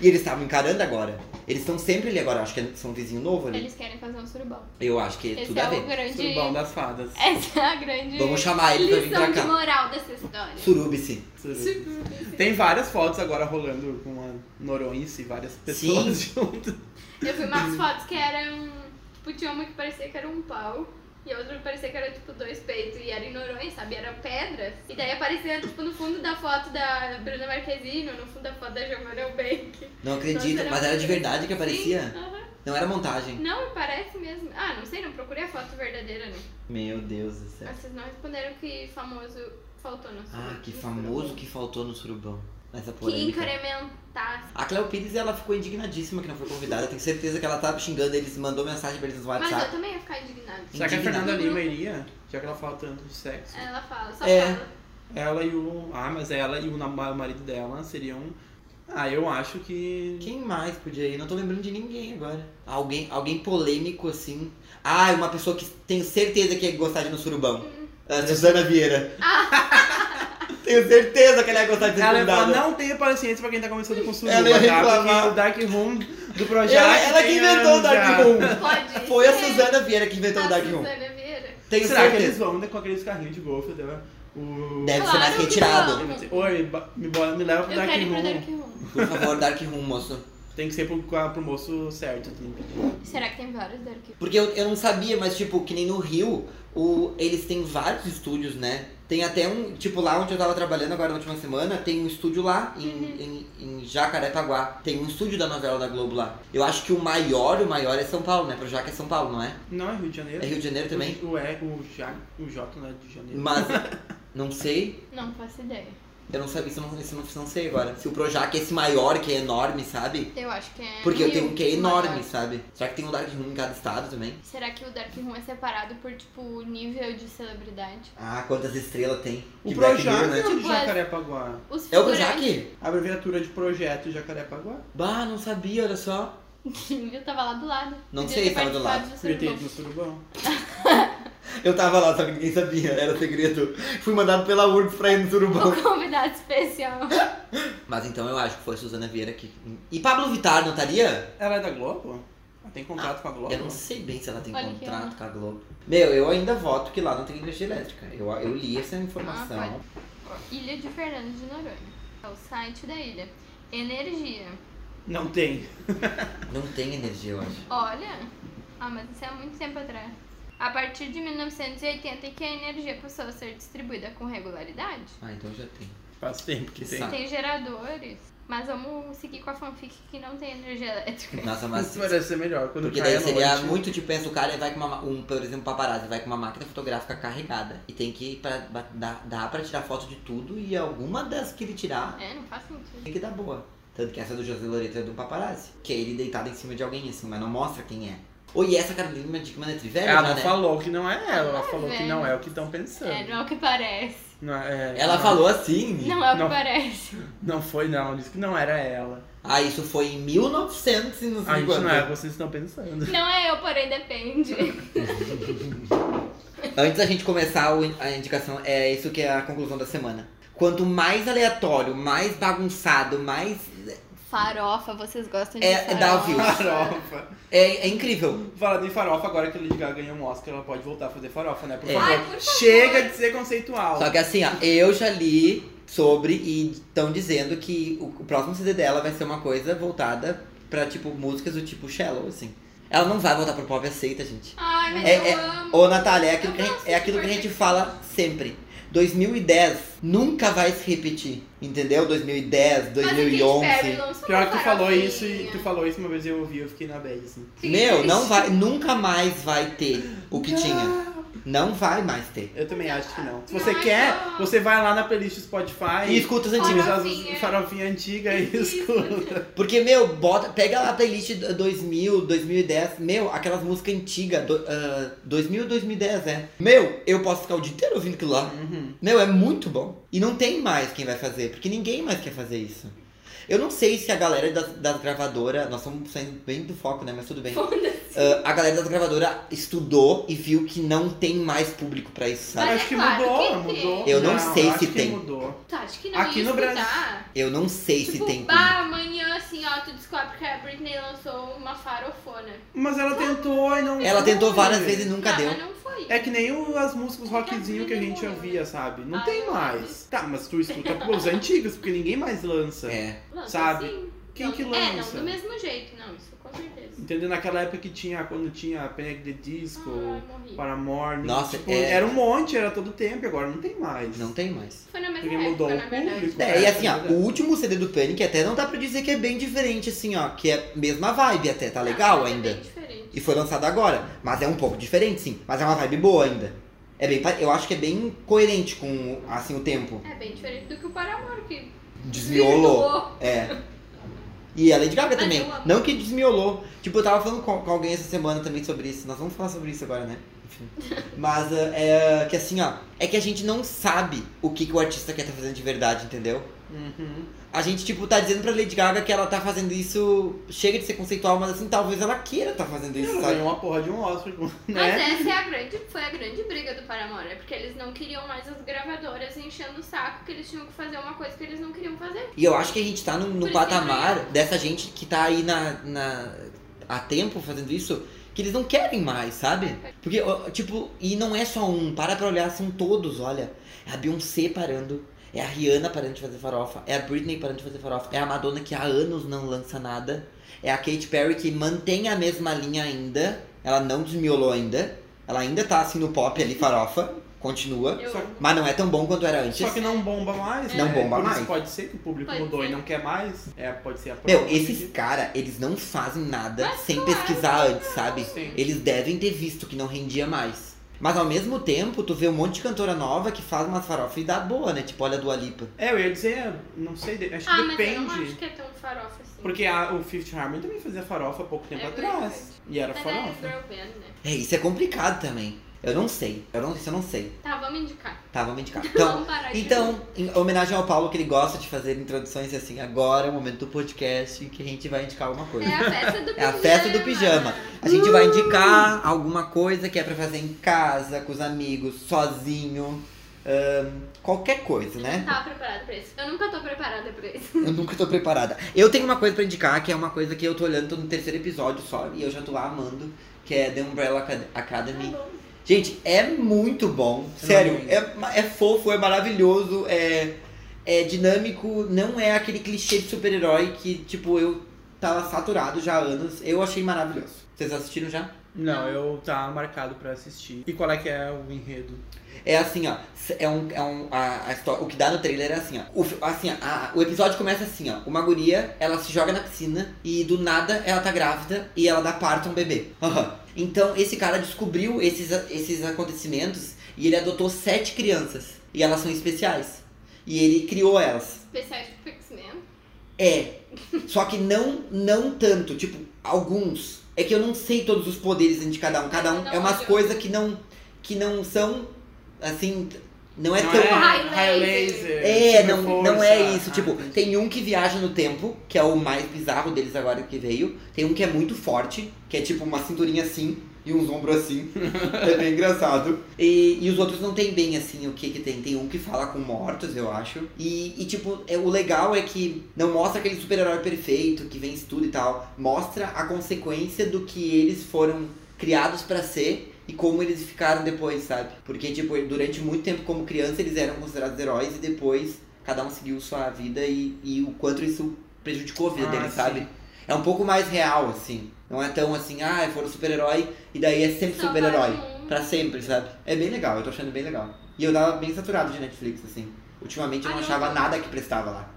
[SPEAKER 2] e eles estavam encarando agora. Eles estão sempre ali agora, acho que são um vizinho novo ali.
[SPEAKER 1] Eles querem fazer um surubão.
[SPEAKER 2] Eu acho que
[SPEAKER 1] Esse
[SPEAKER 2] tudo
[SPEAKER 1] é
[SPEAKER 2] a
[SPEAKER 1] o
[SPEAKER 2] ver.
[SPEAKER 1] grande.
[SPEAKER 3] Surubão né? das fadas.
[SPEAKER 1] Essa é a grande
[SPEAKER 2] Vamos chamar ele pra vir
[SPEAKER 1] lição
[SPEAKER 2] pra
[SPEAKER 1] de
[SPEAKER 2] cá.
[SPEAKER 1] moral dessa história.
[SPEAKER 2] Surubice.
[SPEAKER 3] Surubão. Tem várias fotos agora rolando com a Noronhice e várias pessoas (laughs) juntas.
[SPEAKER 1] Eu vi umas fotos que eram. Tipo, tinha uma que parecia que era um pau. E a outra que parecia que era tipo dois peitos. E era em Noronha, sabe? Era pedra. E daí aparecia, tipo, no fundo da foto da Bruna Marquezine, ou no fundo da foto da Giovanna Eubank.
[SPEAKER 2] Não acredito, mas era de verdade que aparecia? Não era montagem.
[SPEAKER 1] assim, Não, parece mesmo. Ah, não sei, não procurei a foto verdadeira, né?
[SPEAKER 2] Meu Deus do céu.
[SPEAKER 1] Mas vocês não responderam que famoso faltou no
[SPEAKER 2] Tá. Ah, que
[SPEAKER 1] no
[SPEAKER 2] famoso
[SPEAKER 1] surubão.
[SPEAKER 2] que faltou no surubão. Nessa
[SPEAKER 1] Que
[SPEAKER 2] polêmica.
[SPEAKER 1] incrementasse.
[SPEAKER 2] A Cleo Pires, ela ficou indignadíssima que não foi convidada. Tenho certeza que ela tava xingando eles, mandou mensagem pra eles no
[SPEAKER 1] Mas eu
[SPEAKER 2] WhatsApp.
[SPEAKER 1] também ia ficar indignada.
[SPEAKER 3] Será que a
[SPEAKER 2] Indignado.
[SPEAKER 3] Fernanda Lima iria? Já que ela fala tanto de sexo.
[SPEAKER 1] Ela fala, só
[SPEAKER 2] É.
[SPEAKER 1] fala.
[SPEAKER 3] Ela e o. Ah, mas ela e o nam- o marido dela seriam. Ah, eu acho que.
[SPEAKER 2] Quem mais podia ir? Não tô lembrando de ninguém agora. Alguém, alguém polêmico, assim. Ah, uma pessoa que tenho certeza que ia gostar de ir no surubão.
[SPEAKER 1] Hum.
[SPEAKER 2] A Suzana Vieira.
[SPEAKER 1] Ah.
[SPEAKER 2] (laughs) tenho certeza que ela ia gostar de ser
[SPEAKER 3] Ela ia falar,
[SPEAKER 2] convidada.
[SPEAKER 3] não tenha paciência pra quem tá começando com suruba,
[SPEAKER 2] Ela ia
[SPEAKER 3] tá? Porque
[SPEAKER 2] reclamar.
[SPEAKER 3] o Dark Room do projeto.
[SPEAKER 2] Ela, ela que
[SPEAKER 3] tem
[SPEAKER 2] inventou o
[SPEAKER 3] anos já.
[SPEAKER 2] Dark Room.
[SPEAKER 1] Pode.
[SPEAKER 2] (laughs) Foi a
[SPEAKER 1] ser.
[SPEAKER 2] Suzana então, Vieira que inventou
[SPEAKER 1] A
[SPEAKER 2] o Dark Room.
[SPEAKER 1] Suzana Vieira.
[SPEAKER 2] Tenho
[SPEAKER 3] Será que eles
[SPEAKER 2] certeza.
[SPEAKER 3] vão com aqueles carrinhos de golfe até lá? O... Ah,
[SPEAKER 2] Deve É ser
[SPEAKER 1] Claro
[SPEAKER 2] mais
[SPEAKER 1] que
[SPEAKER 2] retirado.
[SPEAKER 1] não.
[SPEAKER 3] Oi, ba- me, bo- me leva pro
[SPEAKER 1] Eu
[SPEAKER 3] Dark
[SPEAKER 1] quero ir pro
[SPEAKER 3] Room.
[SPEAKER 1] Dark Room.
[SPEAKER 2] Por favor, Dark Room, moço.
[SPEAKER 3] Tem que ser pro, pro moço certo. assim. tem que-
[SPEAKER 1] Será que tem vários Dark Room?
[SPEAKER 2] Porque eu, eu não sabia, mas tipo, que nem no Rio, o, eles têm vários estúdios, né? Tem até um, tipo, lá onde eu tava trabalhando agora na última semana, tem um estúdio lá em,
[SPEAKER 1] Uhum.
[SPEAKER 2] em, em Jacarepaguá. Tem um estúdio da novela da Globo lá. Eu acho que o maior, o maior é São Paulo, né? Pro Jaca é São Paulo, não é?
[SPEAKER 3] Não, é Rio de Janeiro.
[SPEAKER 2] É Rio de Janeiro também?
[SPEAKER 3] O, é, o, ja, o J não é de
[SPEAKER 1] (laughs)
[SPEAKER 3] Janeiro.
[SPEAKER 2] Mas, não sei.
[SPEAKER 1] Não faço ideia.
[SPEAKER 2] Eu não sabia, isso eu não, isso eu não, isso eu não sei agora. Se o Projac é esse maior, que é enorme, sabe?
[SPEAKER 1] Eu acho que é.
[SPEAKER 2] Porque eu
[SPEAKER 1] Rio,
[SPEAKER 2] tenho um que é enorme,
[SPEAKER 1] maior.
[SPEAKER 2] sabe? Será que tem um Dark Room em cada estado também?
[SPEAKER 1] Será que o Dark Room é separado por, tipo, nível de celebridade?
[SPEAKER 2] Ah, quantas estrelas tem?
[SPEAKER 3] O
[SPEAKER 2] Black
[SPEAKER 3] Projac
[SPEAKER 2] Mirror, né?
[SPEAKER 3] é de
[SPEAKER 1] Tipo, é-
[SPEAKER 3] Jacarepaguá.
[SPEAKER 1] Os
[SPEAKER 2] É o
[SPEAKER 1] figurantes-
[SPEAKER 2] Projac?
[SPEAKER 3] A abreviatura de projeto Jacarepaguá.
[SPEAKER 2] Bah, não sabia, olha só.
[SPEAKER 1] (laughs) Eu tava lá do lado.
[SPEAKER 2] Não
[SPEAKER 1] Podia
[SPEAKER 2] sei,
[SPEAKER 1] ter
[SPEAKER 2] tava do
[SPEAKER 1] participado
[SPEAKER 2] lado.
[SPEAKER 1] do
[SPEAKER 3] Podia ter
[SPEAKER 1] Surubão.
[SPEAKER 3] ido no surubão.
[SPEAKER 2] Eu tava lá, só que ninguém sabia, era segredo. Fui mandado pela URGS pra ir no Surubão.
[SPEAKER 1] O (laughs) convidado especial.
[SPEAKER 2] Mas então eu acho que foi Suzana Vieira que. E Pablo Vittar não estaria?
[SPEAKER 3] Ela é da Globo? Ela tem contrato com a Globo?
[SPEAKER 2] Eu não sei bem se ela tem
[SPEAKER 1] Olha que
[SPEAKER 2] contrato
[SPEAKER 1] ano.
[SPEAKER 2] com a Globo. Meu, eu ainda voto que lá não tem energia elétrica. Eu, eu li essa informação.
[SPEAKER 1] Ah, Ilha de Fernando de Noronha. É o site da ilha. Energia.
[SPEAKER 3] Não tem.
[SPEAKER 2] não tem energia, eu acho.
[SPEAKER 1] Olha, ah, mas isso é há muito tempo atrás. A partir de 1980 é que a energia passou a ser distribuída com regularidade.
[SPEAKER 2] Ah, então já tem.
[SPEAKER 3] Faz tempo que tem.
[SPEAKER 2] Sabe.
[SPEAKER 1] Tem geradores, mas vamos seguir com a fanfic que não tem energia elétrica.
[SPEAKER 2] Nossa, mas.
[SPEAKER 3] Isso parece ser melhor. Quando
[SPEAKER 2] Porque
[SPEAKER 3] cai
[SPEAKER 2] daí
[SPEAKER 3] a
[SPEAKER 2] seria
[SPEAKER 3] noite.
[SPEAKER 2] muito tipo, pensa, o cara vai com uma, um, por exemplo, um paparazzi, vai com uma máquina fotográfica carregada. E tem que ir pra, ba- dá, dá pra tirar foto de tudo e alguma das que ele tirar
[SPEAKER 1] É, não faz sentido.
[SPEAKER 2] Tem que dar boa. Tanto que essa do José Loreto é do paparazzi. Que é ele deitado em cima de alguém, assim, mas não mostra quem é. Oi, e essa Carolina Dickman é trivelha,
[SPEAKER 3] Ela
[SPEAKER 2] já,
[SPEAKER 3] não
[SPEAKER 2] né?
[SPEAKER 3] falou que não é ela, ela
[SPEAKER 1] Ah,
[SPEAKER 3] falou que
[SPEAKER 1] velho.
[SPEAKER 3] não é o que estão pensando.
[SPEAKER 1] É, não é o que parece.
[SPEAKER 3] Não é-
[SPEAKER 2] Ela
[SPEAKER 3] não-
[SPEAKER 2] falou assim.
[SPEAKER 1] Não é o que
[SPEAKER 3] Não.
[SPEAKER 1] parece.
[SPEAKER 3] Não foi, não. Disse que não era ela.
[SPEAKER 2] Ah, isso foi em 1900 e não
[SPEAKER 3] A
[SPEAKER 2] sei
[SPEAKER 3] gente não é,
[SPEAKER 2] quanto.
[SPEAKER 3] vocês estão pensando.
[SPEAKER 1] Não é eu, porém
[SPEAKER 3] (laughs)
[SPEAKER 1] depende.
[SPEAKER 2] Antes da gente começar o- a indicação, é isso que é a conclusão da semana. Quanto mais aleatório, mais bagunçado, mais.
[SPEAKER 1] Farofa, vocês gostam de
[SPEAKER 2] É, dá
[SPEAKER 1] farofa?
[SPEAKER 2] views.
[SPEAKER 3] Farofa.
[SPEAKER 2] É, é incrível.
[SPEAKER 3] Falando em farofa, agora que a Lady Gaga ganhou um Oscar, ela pode voltar a fazer farofa, né? Por
[SPEAKER 2] É.
[SPEAKER 3] favor.
[SPEAKER 1] Ai, por favor.
[SPEAKER 3] Chega de ser conceitual.
[SPEAKER 2] Só que assim, ó, eu já li sobre e estão dizendo que o, o próximo CD dela vai ser uma coisa voltada pra, tipo, músicas do tipo Shallow, assim. Ela não vai voltar pro pop aceita, gente.
[SPEAKER 1] Ai, mas
[SPEAKER 2] É,
[SPEAKER 1] eu
[SPEAKER 2] é-
[SPEAKER 1] amo.
[SPEAKER 2] Ô, Natália, é aquilo,
[SPEAKER 1] Eu
[SPEAKER 2] que a gente-
[SPEAKER 1] gosto
[SPEAKER 2] é aquilo
[SPEAKER 1] de
[SPEAKER 2] que a gente
[SPEAKER 1] Perfect.
[SPEAKER 2] fala sempre. 2010 nunca vai se repetir, entendeu? 2010,
[SPEAKER 1] Mas a Katy Perry
[SPEAKER 2] 2011.
[SPEAKER 1] lançou
[SPEAKER 3] Pior
[SPEAKER 1] uma
[SPEAKER 3] que tu falou
[SPEAKER 1] farofinha.
[SPEAKER 3] isso e tu falou isso uma vez e eu ouvi, eu fiquei na bad, assim.
[SPEAKER 1] Fiquei
[SPEAKER 2] Meu, não
[SPEAKER 1] triste.
[SPEAKER 2] vai, nunca mais vai ter o que tinha. Não vai mais ter.
[SPEAKER 3] Eu também acho que não. Se
[SPEAKER 1] Não,
[SPEAKER 3] você
[SPEAKER 1] mas
[SPEAKER 3] quer,
[SPEAKER 1] eu-
[SPEAKER 3] você vai lá na playlist do Spotify
[SPEAKER 2] E escuta os
[SPEAKER 3] tira
[SPEAKER 2] antigos.
[SPEAKER 1] Olha-
[SPEAKER 3] as
[SPEAKER 1] Farofinha.
[SPEAKER 3] farofinha antiga e
[SPEAKER 1] Isso.
[SPEAKER 3] escuta.
[SPEAKER 2] Porque, meu, bota, pega lá a playlist do- 2000, 2010. Meu, aquelas músicas antigas. do- ah, 2000, 2010, é. Meu, eu posso ficar o dia inteiro ouvindo aquilo lá.
[SPEAKER 3] Uhum.
[SPEAKER 2] Meu, é muito bom. E não tem mais quem vai fazer, porque ninguém mais quer fazer isso. Eu não sei se a galera da, da gravadora. Nós estamos saindo bem do foco, né? Mas tudo bem.
[SPEAKER 1] Foda-se.
[SPEAKER 2] Ah, a galera da gravadora estudou e viu que não tem mais público pra isso, sabe?
[SPEAKER 1] Mas
[SPEAKER 3] Tá. acho
[SPEAKER 1] é
[SPEAKER 3] que
[SPEAKER 1] claro
[SPEAKER 3] mudou,
[SPEAKER 1] que
[SPEAKER 3] mudou.
[SPEAKER 1] tem.
[SPEAKER 2] Eu não sei
[SPEAKER 3] acho
[SPEAKER 2] se
[SPEAKER 3] que
[SPEAKER 2] tem.
[SPEAKER 3] mudou.
[SPEAKER 1] Tá, acho que não
[SPEAKER 3] Aqui
[SPEAKER 1] ia
[SPEAKER 3] no Brasil-
[SPEAKER 1] escutar.
[SPEAKER 2] Eu não sei se
[SPEAKER 1] Tipo,
[SPEAKER 2] tem público.
[SPEAKER 1] bah, amanhã assim, ó, tu descobre que a Britney lançou uma farofona.
[SPEAKER 3] Mas ela tentou e não
[SPEAKER 2] Ela tentou
[SPEAKER 3] foi.
[SPEAKER 2] várias vezes e nunca
[SPEAKER 1] ah,
[SPEAKER 2] deu.
[SPEAKER 1] mas não foi.
[SPEAKER 3] É que nem o- as músicas
[SPEAKER 1] Nunca
[SPEAKER 3] rockzinho
[SPEAKER 1] vi
[SPEAKER 3] que a gente
[SPEAKER 1] nenhuma.
[SPEAKER 3] ouvia, sabe? Não
[SPEAKER 1] Ah,
[SPEAKER 3] tem
[SPEAKER 1] não.
[SPEAKER 3] mais. Tá, mas tu escuta (laughs) pô, os antigos, porque ninguém mais lança.
[SPEAKER 2] É.
[SPEAKER 1] Lança,
[SPEAKER 3] sabe?
[SPEAKER 1] então sim.
[SPEAKER 3] Quem
[SPEAKER 1] Não,
[SPEAKER 3] que
[SPEAKER 1] É, não,
[SPEAKER 3] lança?
[SPEAKER 1] do mesmo jeito, não, isso com certeza.
[SPEAKER 3] Entendeu? Naquela época que tinha, quando tinha Panic! The Disco,
[SPEAKER 1] Ai, morri.
[SPEAKER 3] Paramore,
[SPEAKER 2] Nossa,
[SPEAKER 3] tipo,
[SPEAKER 2] é.
[SPEAKER 3] era um monte, era todo tempo, agora não tem mais.
[SPEAKER 2] Não tem mais.
[SPEAKER 1] Foi na mesma
[SPEAKER 3] Porque mudou
[SPEAKER 1] época,
[SPEAKER 3] o
[SPEAKER 1] na verdade.
[SPEAKER 3] público.
[SPEAKER 2] É, e assim, ó, o último CD do Panic até não dá pra dizer que é bem diferente, assim, ó. Que é mesma vibe até, tá
[SPEAKER 1] Ah,
[SPEAKER 2] legal
[SPEAKER 1] mas é bem
[SPEAKER 2] ainda.
[SPEAKER 1] diferente.
[SPEAKER 2] E foi lançado agora. Mas é um pouco diferente, sim. Mas é uma vibe boa ainda. É bem, pa- eu acho que é bem coerente com, assim, o tempo.
[SPEAKER 1] É bem diferente do que o Paramore, que
[SPEAKER 2] Desmiolou.
[SPEAKER 1] virtuou.
[SPEAKER 2] É. E a Lady Gaga
[SPEAKER 1] Mas
[SPEAKER 2] também.
[SPEAKER 1] eu amo.
[SPEAKER 2] Não que desmiolou. Tipo, eu tava falando com, com alguém essa semana também sobre isso. Nós vamos falar sobre isso agora, né? Enfim.
[SPEAKER 1] (laughs)
[SPEAKER 2] Mas é, é que assim, ó. É que a gente não sabe o que, que o artista quer tá fazendo de verdade, entendeu?
[SPEAKER 3] Uhum.
[SPEAKER 2] A gente, tipo, tá dizendo pra Lady Gaga que ela tá fazendo isso. Chega de ser conceitual, mas assim, talvez ela queira tá fazendo isso,
[SPEAKER 3] Ela
[SPEAKER 2] sabe?
[SPEAKER 3] ganhou uma porra de um Oscar,
[SPEAKER 1] Mas
[SPEAKER 3] né?
[SPEAKER 1] essa é a grande, foi a grande briga do Paramore, é porque eles não queriam mais as gravadoras enchendo o saco que eles tinham que fazer uma coisa que eles não queriam fazer.
[SPEAKER 2] E eu acho que a gente tá num, num
[SPEAKER 1] Por isso que
[SPEAKER 2] patamar dessa gente que tá aí na, na, há tempo fazendo isso, que eles não querem mais, sabe? Porque, ó, tipo, e não é só um, para pra olhar, são todos, olha. É a Beyoncé parando, é a Rihanna parando de fazer farofa, é a Britney parando de fazer farofa, é a Madonna que há anos não lança nada, é a Katy Perry que mantém a mesma linha ainda, ela não desmiolou ainda, ela ainda tá assim no pop ali, farofa, (laughs) continua,
[SPEAKER 1] Eu Ah,
[SPEAKER 3] Só-
[SPEAKER 1] amo.
[SPEAKER 2] mas não é tão bom quanto era antes.
[SPEAKER 3] Só que não bomba mais,
[SPEAKER 2] Não
[SPEAKER 3] né?
[SPEAKER 2] bomba
[SPEAKER 3] Por isso
[SPEAKER 2] mais.
[SPEAKER 3] Pode ser que o público
[SPEAKER 1] Pode
[SPEAKER 3] mudou
[SPEAKER 1] ser.
[SPEAKER 3] e não quer mais. É, pode ser a prova.
[SPEAKER 2] Meu,
[SPEAKER 3] de-
[SPEAKER 2] esses caras, eles não fazem nada
[SPEAKER 1] Mas
[SPEAKER 2] sem
[SPEAKER 1] claro
[SPEAKER 2] pesquisar antes, sabe?
[SPEAKER 3] Sim.
[SPEAKER 2] Eles devem ter visto que não rendia mais. Mas ao mesmo tempo, tu vê um monte de cantora nova que faz umas farofas e dá boa, né? Tipo, olha a Dua Lipa.
[SPEAKER 3] É, eu ia dizer, não sei, de- acho que
[SPEAKER 1] Ah, mas eu
[SPEAKER 3] depende.
[SPEAKER 1] não acho que é tão farofa assim.
[SPEAKER 3] Porque a- o Fifth Harmony também fazia farofa há pouco tempo
[SPEAKER 1] É
[SPEAKER 3] atrás. E era
[SPEAKER 1] mas é
[SPEAKER 3] farofa.
[SPEAKER 1] girl band, né?
[SPEAKER 2] É, isso é complicado também. Eu não sei. Eu não, isso eu não sei.
[SPEAKER 1] Tá, vamos indicar.
[SPEAKER 2] Tá, vamos indicar. Então,
[SPEAKER 1] vamos parar de
[SPEAKER 2] então, em homenagem ao Paulo, que ele gosta de fazer introduções assim, agora é o momento do podcast em que a gente vai indicar alguma coisa.
[SPEAKER 1] É a festa do
[SPEAKER 2] É a festa do pijama. A gente vai indicar alguma coisa que é pra fazer em casa, com os amigos, sozinho. ahn, qualquer coisa,
[SPEAKER 1] Eu não (laughs)
[SPEAKER 2] né?
[SPEAKER 1] tava preparada pra isso. Eu nunca tô preparada pra isso.
[SPEAKER 2] Eu nunca tô preparada. Eu tenho uma coisa pra indicar, que é uma coisa que eu tô olhando, tô no terceiro episódio só, e eu já tô lá amando, que é The Umbrella Acad- Academy. Gente, é muito bom. Sério,
[SPEAKER 3] amei.
[SPEAKER 2] é, ma- é fofo, é maravilhoso, é, é dinâmico, não é aquele clichê de super-herói que, tipo, eu tava saturado já há anos. Eu achei maravilhoso. Vocês assistiram já?
[SPEAKER 3] Não, eu tá marcado pra assistir. E qual é que é o enredo?
[SPEAKER 2] É assim, ó. s- É um. É um a, a história, o que dá no trailer é assim, ó. O, fi- assim, a- o episódio começa assim, ó. Uma guria, ela se joga na piscina e do nada ela tá grávida e ela dá parto a um bebê. (laughs) Aham. Então esse cara descobriu esses, a- esses acontecimentos e ele adotou sete crianças. E elas são especiais. E ele criou elas.
[SPEAKER 1] Especiais do X-Men.
[SPEAKER 2] É. Só que não, não tanto. Tipo, alguns. É que eu não sei todos os poderes de cada um. Cada um é umas coisas que não. que não são. assim. Não é
[SPEAKER 3] um
[SPEAKER 2] tão.
[SPEAKER 1] High
[SPEAKER 2] É, não, não é isso.
[SPEAKER 3] Ah,
[SPEAKER 2] tipo,
[SPEAKER 3] entendi.
[SPEAKER 2] tem um que viaja no tempo, que é o mais bizarro deles agora que veio. Tem um que é muito forte, que é tipo uma cinturinha assim e uns ombros assim. (laughs) é bem engraçado. E, e os outros não tem bem assim o que que tem. Tem um que fala com mortos, eu acho. E, e, tipo, é, o legal é que não mostra aquele super-herói perfeito que vence tudo e tal. Mostra a consequência do que eles foram criados pra ser e como eles ficaram depois, sabe? Porque, tipo, durante muito tempo, como criança, eles eram considerados heróis e depois cada um seguiu sua vida e, e o quanto isso prejudicou a vida
[SPEAKER 3] Ah,
[SPEAKER 2] deles,
[SPEAKER 3] sim.
[SPEAKER 2] sabe? É um pouco mais real, assim. Não é tão assim, ah, foram super-herói e daí é sempre
[SPEAKER 1] Salvaram o
[SPEAKER 2] super-herói.
[SPEAKER 1] mundo.
[SPEAKER 2] Pra sempre, sabe? É bem legal, eu tô achando bem legal. E eu tava bem saturado de Netflix, assim. Ultimamente eu não
[SPEAKER 1] Ai, eu
[SPEAKER 2] achava
[SPEAKER 1] Ah, não. tá
[SPEAKER 2] nada que prestava lá.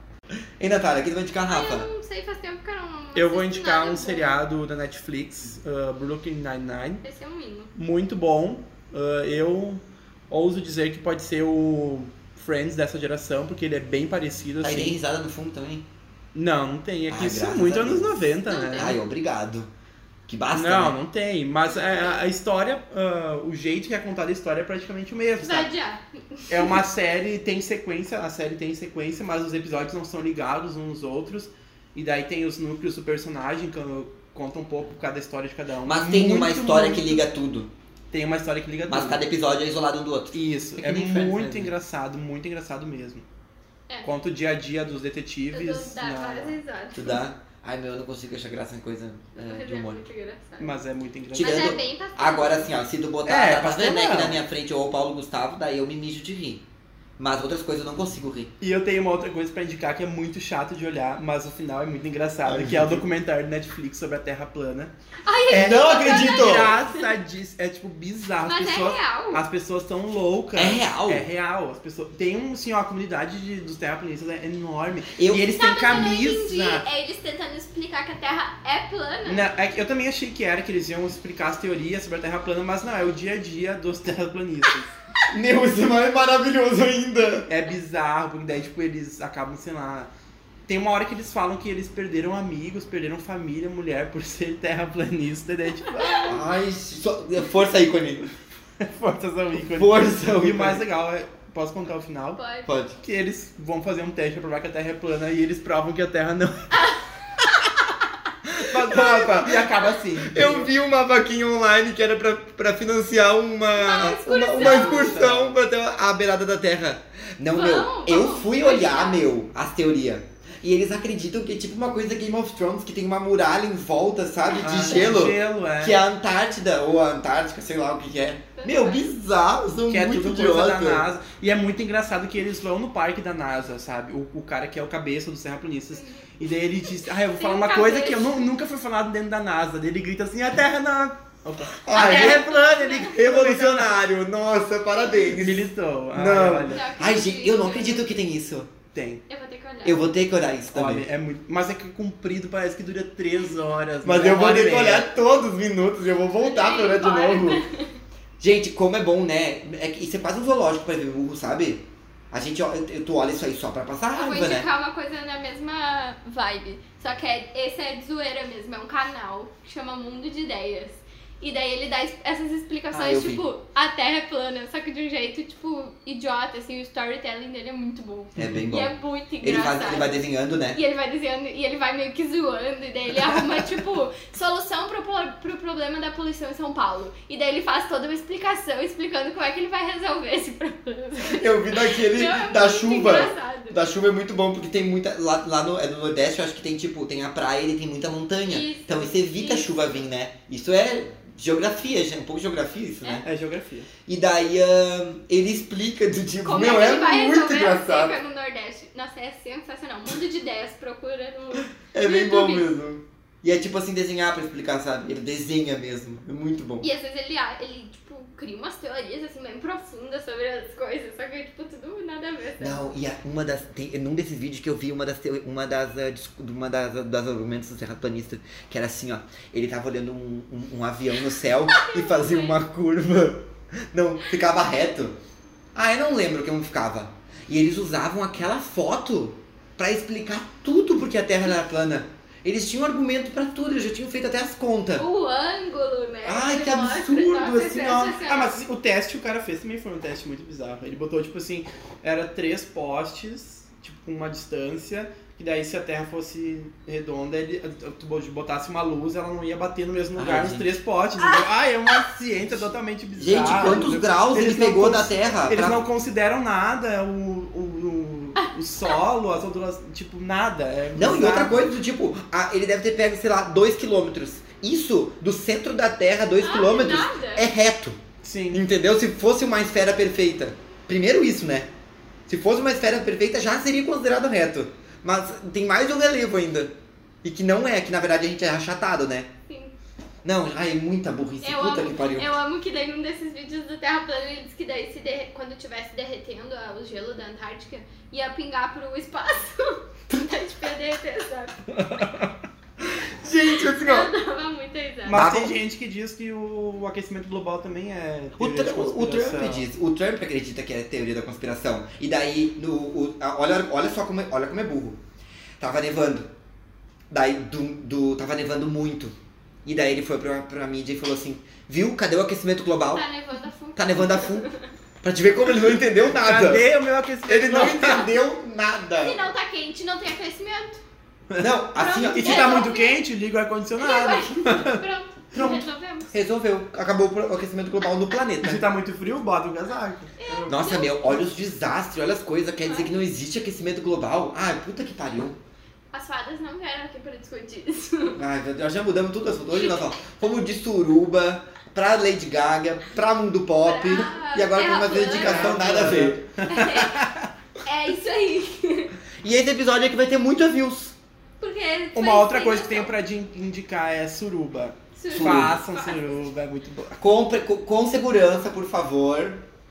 [SPEAKER 2] E Natália, o que tu vai indicar,
[SPEAKER 1] Ai, eu
[SPEAKER 2] Rafa?
[SPEAKER 1] não sei, faz tempo que eu não.
[SPEAKER 3] Eu
[SPEAKER 1] assisto
[SPEAKER 3] vou indicar
[SPEAKER 1] nada
[SPEAKER 3] um
[SPEAKER 1] bom.
[SPEAKER 3] seriado da Netflix, uh, Brooklyn Nine-Nine.
[SPEAKER 1] Esse é um hino.
[SPEAKER 3] Muito bom. Uh, eu ouso dizer que pode ser o Friends dessa geração, porque ele é bem parecido,
[SPEAKER 2] Tá aí tem
[SPEAKER 3] assim.
[SPEAKER 2] risada no fundo também?
[SPEAKER 3] Não, não tem. É que
[SPEAKER 2] Ah,
[SPEAKER 3] isso é
[SPEAKER 2] graças
[SPEAKER 3] muito
[SPEAKER 2] a
[SPEAKER 3] anos
[SPEAKER 2] Deus.
[SPEAKER 3] 90,
[SPEAKER 1] Não
[SPEAKER 3] né?
[SPEAKER 1] tem.
[SPEAKER 2] Ai, obrigado. Que basta,
[SPEAKER 3] não,
[SPEAKER 2] né?
[SPEAKER 3] não tem. Mas é, a, a história, ah, o jeito que é contada a história é praticamente o mesmo,
[SPEAKER 1] Vai
[SPEAKER 2] tá
[SPEAKER 3] sabe?
[SPEAKER 1] adiar.
[SPEAKER 3] É uma série, tem sequência, a série tem sequência, mas os episódios não são ligados uns aos outros. E daí tem os núcleos do personagem, que eu- conta um pouco cada história de cada um.
[SPEAKER 2] Mas tem uma
[SPEAKER 3] Muito,
[SPEAKER 2] história
[SPEAKER 3] muito-
[SPEAKER 2] que liga tudo.
[SPEAKER 3] Tem uma história que liga
[SPEAKER 2] Mas
[SPEAKER 3] tudo.
[SPEAKER 2] cada episódio é isolado um do outro.
[SPEAKER 3] Isso,
[SPEAKER 4] É que
[SPEAKER 3] é
[SPEAKER 4] nem Friends,
[SPEAKER 3] muito
[SPEAKER 4] né?
[SPEAKER 3] engraçado, muito engraçado mesmo.
[SPEAKER 1] É.
[SPEAKER 3] Conta o dia a dia dos
[SPEAKER 1] Eu
[SPEAKER 3] detetives.
[SPEAKER 1] dou dar
[SPEAKER 3] na-
[SPEAKER 1] várias risadas.
[SPEAKER 2] Tu dá? Ai meu, eu não consigo achar graça em coisa é,
[SPEAKER 1] Mas
[SPEAKER 2] de
[SPEAKER 1] é
[SPEAKER 2] humor.
[SPEAKER 1] muito engraçado.
[SPEAKER 3] Mas é muito engraçado.
[SPEAKER 1] Mas
[SPEAKER 2] Tirando-
[SPEAKER 1] é bem passado.
[SPEAKER 2] Agora assim, ó, se tu botar
[SPEAKER 3] É,
[SPEAKER 2] a Tata
[SPEAKER 3] pastelão.
[SPEAKER 2] Werneck né, na minha frente ou o Paulo Gustavo, daí eu me mijo de rir. Mas outras coisas eu não consigo rir.
[SPEAKER 3] E eu tenho uma outra coisa pra indicar que é muito chato de olhar, mas o final é muito engraçado, que é o documentário do Netflix sobre a Terra plana. É,
[SPEAKER 2] não acredito!
[SPEAKER 3] Engraçadíssimo, é tipo bizarro. As
[SPEAKER 1] tá Mas é
[SPEAKER 3] pessoas,
[SPEAKER 1] real.
[SPEAKER 3] as pessoas tão loucas.
[SPEAKER 2] É real.
[SPEAKER 3] É real, as pessoas. Tem um, assim, ó, a comunidade de, dos terraplanistas é enorme.
[SPEAKER 2] Eu-
[SPEAKER 3] E eles
[SPEAKER 1] Tá,
[SPEAKER 3] têm
[SPEAKER 1] mas Eu não
[SPEAKER 3] camisa.
[SPEAKER 1] entendi. É eles tentando explicar que a Terra é plana.
[SPEAKER 3] Na- é que eu também achei que era que eles iam explicar as teorias sobre a Terra plana, mas não, é o dia a dia dos (laughs) terraplanistas.
[SPEAKER 2] Meu, esse mano é maravilhoso ainda.
[SPEAKER 3] é bizarro, porque daí, tipo, eles acabam, sei lá. Tem uma hora que eles falam que eles perderam amigos, perderam família, mulher, por (laughs) ser terraplanista, e daí, tipo, é ah,
[SPEAKER 2] Ai, só- força aí, Coninho.
[SPEAKER 3] forças ao ícone.
[SPEAKER 2] Força,
[SPEAKER 3] E
[SPEAKER 2] ícone.
[SPEAKER 3] o mais legal é. Posso contar o final?
[SPEAKER 1] Pode.
[SPEAKER 2] Pode.
[SPEAKER 3] Que eles vão fazer um teste pra provar que a Terra é plana e eles provam que a
[SPEAKER 2] (laughs)
[SPEAKER 3] Terra não.
[SPEAKER 2] Mas, Rafa,
[SPEAKER 3] E acaba assim.
[SPEAKER 2] Eu vi uma vaquinha online que era pra, pra financiar uma,
[SPEAKER 1] Uma excursão.
[SPEAKER 2] uma, uma excursão pra ter a beirada da Terra. Não,
[SPEAKER 1] Vamos,
[SPEAKER 2] meu,
[SPEAKER 1] vamos,
[SPEAKER 2] eu fui
[SPEAKER 1] vamos
[SPEAKER 2] olhar,
[SPEAKER 1] olhar.
[SPEAKER 2] meu, as teorias. E eles acreditam que é tipo uma coisa Game of Thrones, que tem uma muralha em volta, sabe? De
[SPEAKER 3] Ah,
[SPEAKER 2] gelo.
[SPEAKER 3] gelo, é.
[SPEAKER 2] Que é a Antártida, ou a Antártica, sei lá o que, que é. Meu, bizarro, são
[SPEAKER 3] Que é
[SPEAKER 2] muito
[SPEAKER 3] tudo coisa da
[SPEAKER 2] idiota.
[SPEAKER 3] NASA. E é muito engraçado que eles vão no parque da NASA, sabe? O, o cara que é o cabeça dos terraplanistas. E daí ele diz, ah, eu vou
[SPEAKER 1] Tem
[SPEAKER 3] falar
[SPEAKER 1] um
[SPEAKER 3] uma coisa que eu
[SPEAKER 1] cabeça.
[SPEAKER 3] nu- nunca foi falado dentro da NASA. Daí ele grita assim, a Terra não... Opa. A
[SPEAKER 2] Ai,
[SPEAKER 3] Terra é plana, ele grita.
[SPEAKER 2] Revolucionário, nossa, parabéns.
[SPEAKER 3] Militou. Ah,
[SPEAKER 2] Não.
[SPEAKER 3] olha,
[SPEAKER 2] Ai, gente, eu não acredito que tem isso.
[SPEAKER 3] Tem.
[SPEAKER 1] Eu vou ter que olhar.
[SPEAKER 2] Eu vou ter que olhar isso
[SPEAKER 3] Olha,
[SPEAKER 2] também.
[SPEAKER 3] é muito... Mas é que comprido parece que dura três horas.
[SPEAKER 2] Mas
[SPEAKER 3] né?
[SPEAKER 2] eu vou
[SPEAKER 3] Uma hora e
[SPEAKER 2] ter que
[SPEAKER 3] meia.
[SPEAKER 2] olhar todos os minutos e eu vou voltar pra olhar de
[SPEAKER 1] Bora.
[SPEAKER 2] novo. Gente, como é bom, né? É que isso é quase um zoológico pra ver burro, sabe? A gente, ó- eu- tu olha isso aí só pra passar
[SPEAKER 1] Eu vou
[SPEAKER 2] raiva, né?
[SPEAKER 1] indicar uma coisa na mesma vibe. Só que é, esse é de zoeira mesmo, é um canal que chama Mundo de Ideias. E daí ele dá es- essas
[SPEAKER 2] Ah, eu
[SPEAKER 1] explicações,
[SPEAKER 2] vi.
[SPEAKER 1] tipo, a Terra é plana, só que de um jeito, tipo, idiota, assim, o storytelling dele é muito bom.
[SPEAKER 2] É bem
[SPEAKER 1] E é
[SPEAKER 2] bom.
[SPEAKER 1] muito
[SPEAKER 2] Ele,
[SPEAKER 1] engraçado.
[SPEAKER 2] faz, ele vai
[SPEAKER 1] (laughs)
[SPEAKER 2] desenhando, né?
[SPEAKER 1] E ele vai desenhando, e ele vai meio que zoando, e daí ele
[SPEAKER 2] (laughs)
[SPEAKER 1] arruma, tipo, solução pro, pro- pro problema da poluição em São Paulo. E daí ele faz toda uma explicação explicando como é que ele vai resolver esse problema.
[SPEAKER 2] Eu vi daquele
[SPEAKER 1] Então, é
[SPEAKER 2] da
[SPEAKER 1] muito
[SPEAKER 2] chuva.
[SPEAKER 1] engraçado.
[SPEAKER 2] Da chuva é muito bom porque tem muita. Lá, lá no, é no Nordeste, eu acho que tem tipo, tem a praia e tem muita montanha.
[SPEAKER 1] Isso.
[SPEAKER 2] Então isso evita a
[SPEAKER 1] Isso.
[SPEAKER 2] chuva vir, né? Isso é geografia, gente. Um pouco de geografia isso, né?
[SPEAKER 3] É geografia.
[SPEAKER 2] E daí ahn, ele explica do tipo,
[SPEAKER 1] Como
[SPEAKER 2] meu,
[SPEAKER 1] é que ele vai
[SPEAKER 2] é muito
[SPEAKER 1] resolver
[SPEAKER 2] engraçado.
[SPEAKER 1] a seca no Nordeste? Nossa, é sensacional. Mundo de ideias, procura no.
[SPEAKER 2] É bem bom
[SPEAKER 1] YouTube.
[SPEAKER 2] mesmo. E é tipo assim, desenhar pra explicar, sabe? Ele desenha mesmo. É muito bom.
[SPEAKER 1] E às vezes ele, a- ele tipo, cria umas teorias assim bem profundas sobre as coisas, só que tipo, tudo nada a ver. sabe?
[SPEAKER 2] Não, e a- uma das. Tem, num desses vídeos que eu vi uma das. teo- Uma das. ah, dis- Uma das, das argumentos do terraplanista, que era assim, ó. Ele tava olhando um, um, um avião
[SPEAKER 1] (laughs)
[SPEAKER 2] no céu e fazia
[SPEAKER 1] sei.
[SPEAKER 2] uma curva. Não, ficava reto. Ah, eu não lembro como ficava. E eles usavam aquela foto pra explicar tudo porque a Terra era plana. Eles tinham argumento pra tudo, eles já tinham feito até as contas.
[SPEAKER 1] O ângulo, né?
[SPEAKER 2] Ai,
[SPEAKER 1] Ele
[SPEAKER 2] que
[SPEAKER 1] mostra,
[SPEAKER 2] absurdo,
[SPEAKER 1] nossa, é
[SPEAKER 2] assim, ó.
[SPEAKER 1] sensacional.
[SPEAKER 3] Ah, mas o teste que o cara fez também foi um teste muito bizarro. Ele botou, tipo assim, era três postes, tipo, com uma distância, que daí se a Terra fosse redonda, ele tu botasse uma luz, ela não ia bater no mesmo
[SPEAKER 2] Ai,
[SPEAKER 3] lugar nos
[SPEAKER 2] Ah, gente.
[SPEAKER 3] três postes. entendeu? Ah, é uma ciência totalmente bizarra.
[SPEAKER 2] Gente, quantos
[SPEAKER 3] entendeu?
[SPEAKER 2] graus
[SPEAKER 3] Eles
[SPEAKER 2] ele
[SPEAKER 3] não
[SPEAKER 2] pegou da
[SPEAKER 3] cons-
[SPEAKER 2] Terra?
[SPEAKER 3] Eles
[SPEAKER 2] pra-
[SPEAKER 3] não consideram nada, é o, o, o, o solo, as ondulações, tipo, nada. É
[SPEAKER 2] Não, e
[SPEAKER 3] bizarro.
[SPEAKER 2] outra coisa do tipo, ah, ele deve ter pego, sei lá, 2 km. Isso, do centro da Terra, 2
[SPEAKER 1] Ah,
[SPEAKER 2] km,
[SPEAKER 1] nada.
[SPEAKER 2] é reto.
[SPEAKER 3] Sim.
[SPEAKER 2] Entendeu? Se fosse uma esfera perfeita. Primeiro isso, né? Se fosse uma esfera perfeita, já seria considerado reto. Mas tem mais um relevo ainda. E que não é, que na verdade a gente é achatado, né?
[SPEAKER 1] Sim.
[SPEAKER 2] Não, ai, é muita burrice.
[SPEAKER 1] Eu
[SPEAKER 2] Puta
[SPEAKER 1] amo-
[SPEAKER 2] que pariu.
[SPEAKER 1] Eu amo que daí num desses vídeos do Terra Plana ele disse que daí se derre- quando tivesse derretendo ah, o gelo da Antártica ia pingar pro espaço. (laughs) Daí, tipo, ia derreter, sabe?
[SPEAKER 2] Gente, assim, ó.
[SPEAKER 1] Eu dava muita risada.
[SPEAKER 3] Mas
[SPEAKER 2] Tá
[SPEAKER 3] tem
[SPEAKER 2] bom.
[SPEAKER 3] gente que diz que o aquecimento global também é.
[SPEAKER 2] O,
[SPEAKER 3] teoria de
[SPEAKER 2] Tru- o
[SPEAKER 3] conspiração.
[SPEAKER 2] Trump diz, o Trump acredita que é teoria da conspiração. E daí, no, o- a- olha, olha só como é, olha como é burro. Tava nevando. Daí, do, do- tava nevando muito. E daí ele foi pra, pra mídia e falou assim, viu, cadê o aquecimento global?
[SPEAKER 1] Tá nevando a fundo.
[SPEAKER 2] Tá nevando a full. Pra te ver como ele não entendeu nada.
[SPEAKER 3] Cadê o meu aquecimento
[SPEAKER 2] Ele não
[SPEAKER 3] global?
[SPEAKER 2] entendeu
[SPEAKER 1] Se
[SPEAKER 2] nada.
[SPEAKER 1] não tá quente, não tem aquecimento.
[SPEAKER 2] Não, assim, ó,
[SPEAKER 3] E se tá muito quente, liga o ar-condicionado.
[SPEAKER 1] (laughs) Pronto.
[SPEAKER 2] Pronto.
[SPEAKER 1] Resolvemos.
[SPEAKER 2] resolveu. Acabou o aquecimento global no planeta.
[SPEAKER 3] Se tá muito frio, bota um casaco.
[SPEAKER 2] Nossa, meu, olha os desastres, olha as coisas. Quer dizer que não existe aquecimento global? Ai, puta que pariu.
[SPEAKER 1] As fadas não vieram aqui pra discutir isso.
[SPEAKER 2] Ai, meu Deus, nós já mudamos tudo o assunto. Hoje nós ó, fomos de suruba pra Lady Gaga, pra mundo pop.
[SPEAKER 1] Pra
[SPEAKER 2] E agora
[SPEAKER 1] Terra
[SPEAKER 2] vamos fazer
[SPEAKER 1] plana.
[SPEAKER 2] indicação nada a ver.
[SPEAKER 1] É isso aí.
[SPEAKER 2] E esse episódio aqui vai ter muitos views.
[SPEAKER 1] Porque assim,
[SPEAKER 3] Uma outra coisa que tenho pra de- indicar é suruba. Façam suruba, é muito boa.
[SPEAKER 2] Compre com, com segurança, por favor.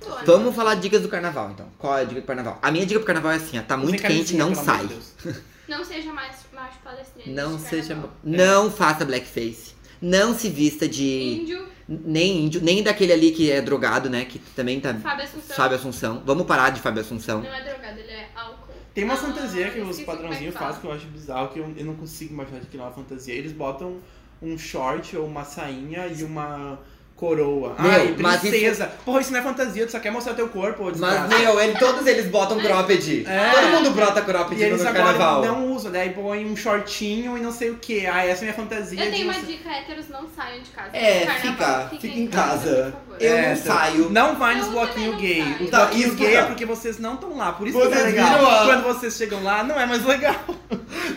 [SPEAKER 1] um Vamos.
[SPEAKER 2] Vamos falar dicas do carnaval, então. Qual é a dica do carnaval? A minha dica pro carnaval é assim, ó. Tá muito
[SPEAKER 3] Sem
[SPEAKER 2] quente,
[SPEAKER 3] camisinha,
[SPEAKER 2] não
[SPEAKER 3] pelo amor
[SPEAKER 2] sai.
[SPEAKER 3] de Deus.
[SPEAKER 1] Não seja mais macho palestrino.
[SPEAKER 2] Não
[SPEAKER 1] de
[SPEAKER 2] seja.
[SPEAKER 1] carnaval.
[SPEAKER 2] Não faça blackface. Não se vista de.
[SPEAKER 1] Índio,
[SPEAKER 2] Nem índio, nem daquele ali que é drogado, né? Que também tá.
[SPEAKER 1] Fábio é Assunção.
[SPEAKER 2] Fábio Assunção. Vamos parar de Fábio Assunção.
[SPEAKER 1] Não é drogado, ele é álcool.
[SPEAKER 3] Tem uma
[SPEAKER 1] Ah,
[SPEAKER 3] fantasia que os
[SPEAKER 1] esqueci como é que
[SPEAKER 3] padrãozinhos
[SPEAKER 1] fala.
[SPEAKER 3] fazem que eu acho bizarro, que eu, eu não consigo imaginar de que não é uma fantasia. Eles botam um short ou uma sainha e uma coroa.
[SPEAKER 2] Meu,
[SPEAKER 3] Ai,
[SPEAKER 2] mas
[SPEAKER 3] princesa! Porra, isso não é fantasia, tu só quer mostrar teu corpo, ô
[SPEAKER 2] Mas,
[SPEAKER 3] desgraça.
[SPEAKER 2] meu, ele, todos eles botam cropped.
[SPEAKER 3] É.
[SPEAKER 2] Todo mundo brota
[SPEAKER 3] E
[SPEAKER 2] cropped
[SPEAKER 3] eles
[SPEAKER 2] no
[SPEAKER 3] agora
[SPEAKER 2] carnaval.
[SPEAKER 3] não usam, daí põem um shortinho e não sei o que. Ah, essa é minha fantasia.
[SPEAKER 1] Eu tenho
[SPEAKER 3] de
[SPEAKER 1] uma
[SPEAKER 3] não sei-
[SPEAKER 1] dica, héteros não saiam de casa.
[SPEAKER 2] É,
[SPEAKER 1] Carnaval,
[SPEAKER 2] fica.
[SPEAKER 1] fiquem
[SPEAKER 2] Fica em casa.
[SPEAKER 1] por favor.
[SPEAKER 2] Eu
[SPEAKER 3] É,
[SPEAKER 2] não saio.
[SPEAKER 3] Não vai nos
[SPEAKER 1] Eu também
[SPEAKER 3] bloquinhos
[SPEAKER 1] não
[SPEAKER 3] gay.
[SPEAKER 1] saio.
[SPEAKER 3] Os
[SPEAKER 2] Tá,
[SPEAKER 3] bloquinhos
[SPEAKER 2] isso
[SPEAKER 3] gay é
[SPEAKER 2] tá.
[SPEAKER 3] porque vocês não estão lá. Por isso que
[SPEAKER 2] Vocês
[SPEAKER 3] é legal.
[SPEAKER 2] viram a-
[SPEAKER 3] Quando vocês chegam lá, não é mais legal.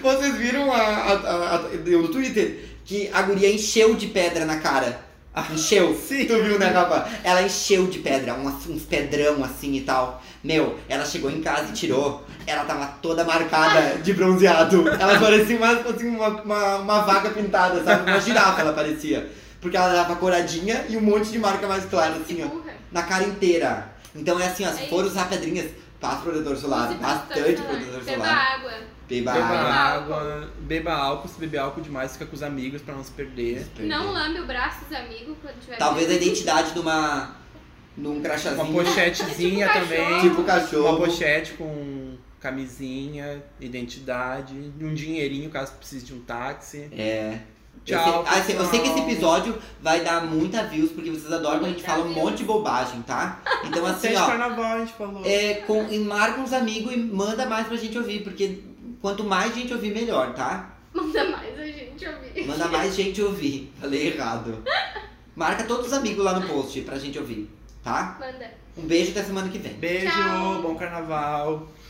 [SPEAKER 2] Vocês viram a, a- a- eu no Twitter que a guria encheu de pedra na cara. Ah, Encheu.
[SPEAKER 3] Sim.
[SPEAKER 2] Tu viu, né, Rafa? Ela encheu de pedra, um, assim, uns pedrão assim e tal. Meu, ela chegou em casa e tirou. Ela tava toda marcada de bronzeado. Ela parecia uma, assim, uma, uma, uma vaca pintada, sabe? Uma girafa ela parecia. Porque ela tava coradinha e um monte de marca mais clara, assim, ó.
[SPEAKER 1] Burra.
[SPEAKER 2] Na cara inteira. Então é assim, ó, se
[SPEAKER 1] É
[SPEAKER 2] for
[SPEAKER 1] isso.
[SPEAKER 2] usar pedrinhas, passa protetor solar.
[SPEAKER 1] Use
[SPEAKER 2] Bastante protetor
[SPEAKER 1] protetor solar.
[SPEAKER 2] solar.
[SPEAKER 1] Beba água.
[SPEAKER 2] Beba
[SPEAKER 3] Beba
[SPEAKER 2] água.
[SPEAKER 3] água, beba álcool, se beber álcool demais, fica com os amigos pra não se perder.
[SPEAKER 1] Não lambe o braço dos amigos quando tiver
[SPEAKER 2] Talvez a
[SPEAKER 1] bebendo.
[SPEAKER 2] identidade de uma. de um
[SPEAKER 3] Uma
[SPEAKER 2] crachazinho.
[SPEAKER 3] pochetezinha
[SPEAKER 1] Tipo
[SPEAKER 3] também.
[SPEAKER 1] cachorro.
[SPEAKER 2] Tipo cachorro.
[SPEAKER 3] Uma pochete com camisinha, identidade, um dinheirinho caso precise de um táxi.
[SPEAKER 2] É.
[SPEAKER 3] Tchau,
[SPEAKER 2] eu, sei, ah, sei- eu sei que esse
[SPEAKER 3] pessoal.
[SPEAKER 2] episódio vai dar muita views, porque vocês adoram quando a gente
[SPEAKER 1] Muita
[SPEAKER 2] fala um
[SPEAKER 1] views.
[SPEAKER 2] monte de bobagem, tá?
[SPEAKER 3] (laughs)
[SPEAKER 2] Então assim,
[SPEAKER 3] Até de
[SPEAKER 2] ó.
[SPEAKER 3] carnaval a gente falou.
[SPEAKER 2] É, com, e marca uns amigos e manda mais pra gente ouvir, porque quanto mais gente ouvir, melhor, tá?
[SPEAKER 1] Manda mais a gente ouvir.
[SPEAKER 2] Manda mais gente ouvir. Falei errado. Marca todos os amigos lá no post pra gente ouvir, tá?
[SPEAKER 1] Manda.
[SPEAKER 2] Um beijo até semana que vem.
[SPEAKER 3] Beijo,
[SPEAKER 1] Tchau.
[SPEAKER 3] bom carnaval.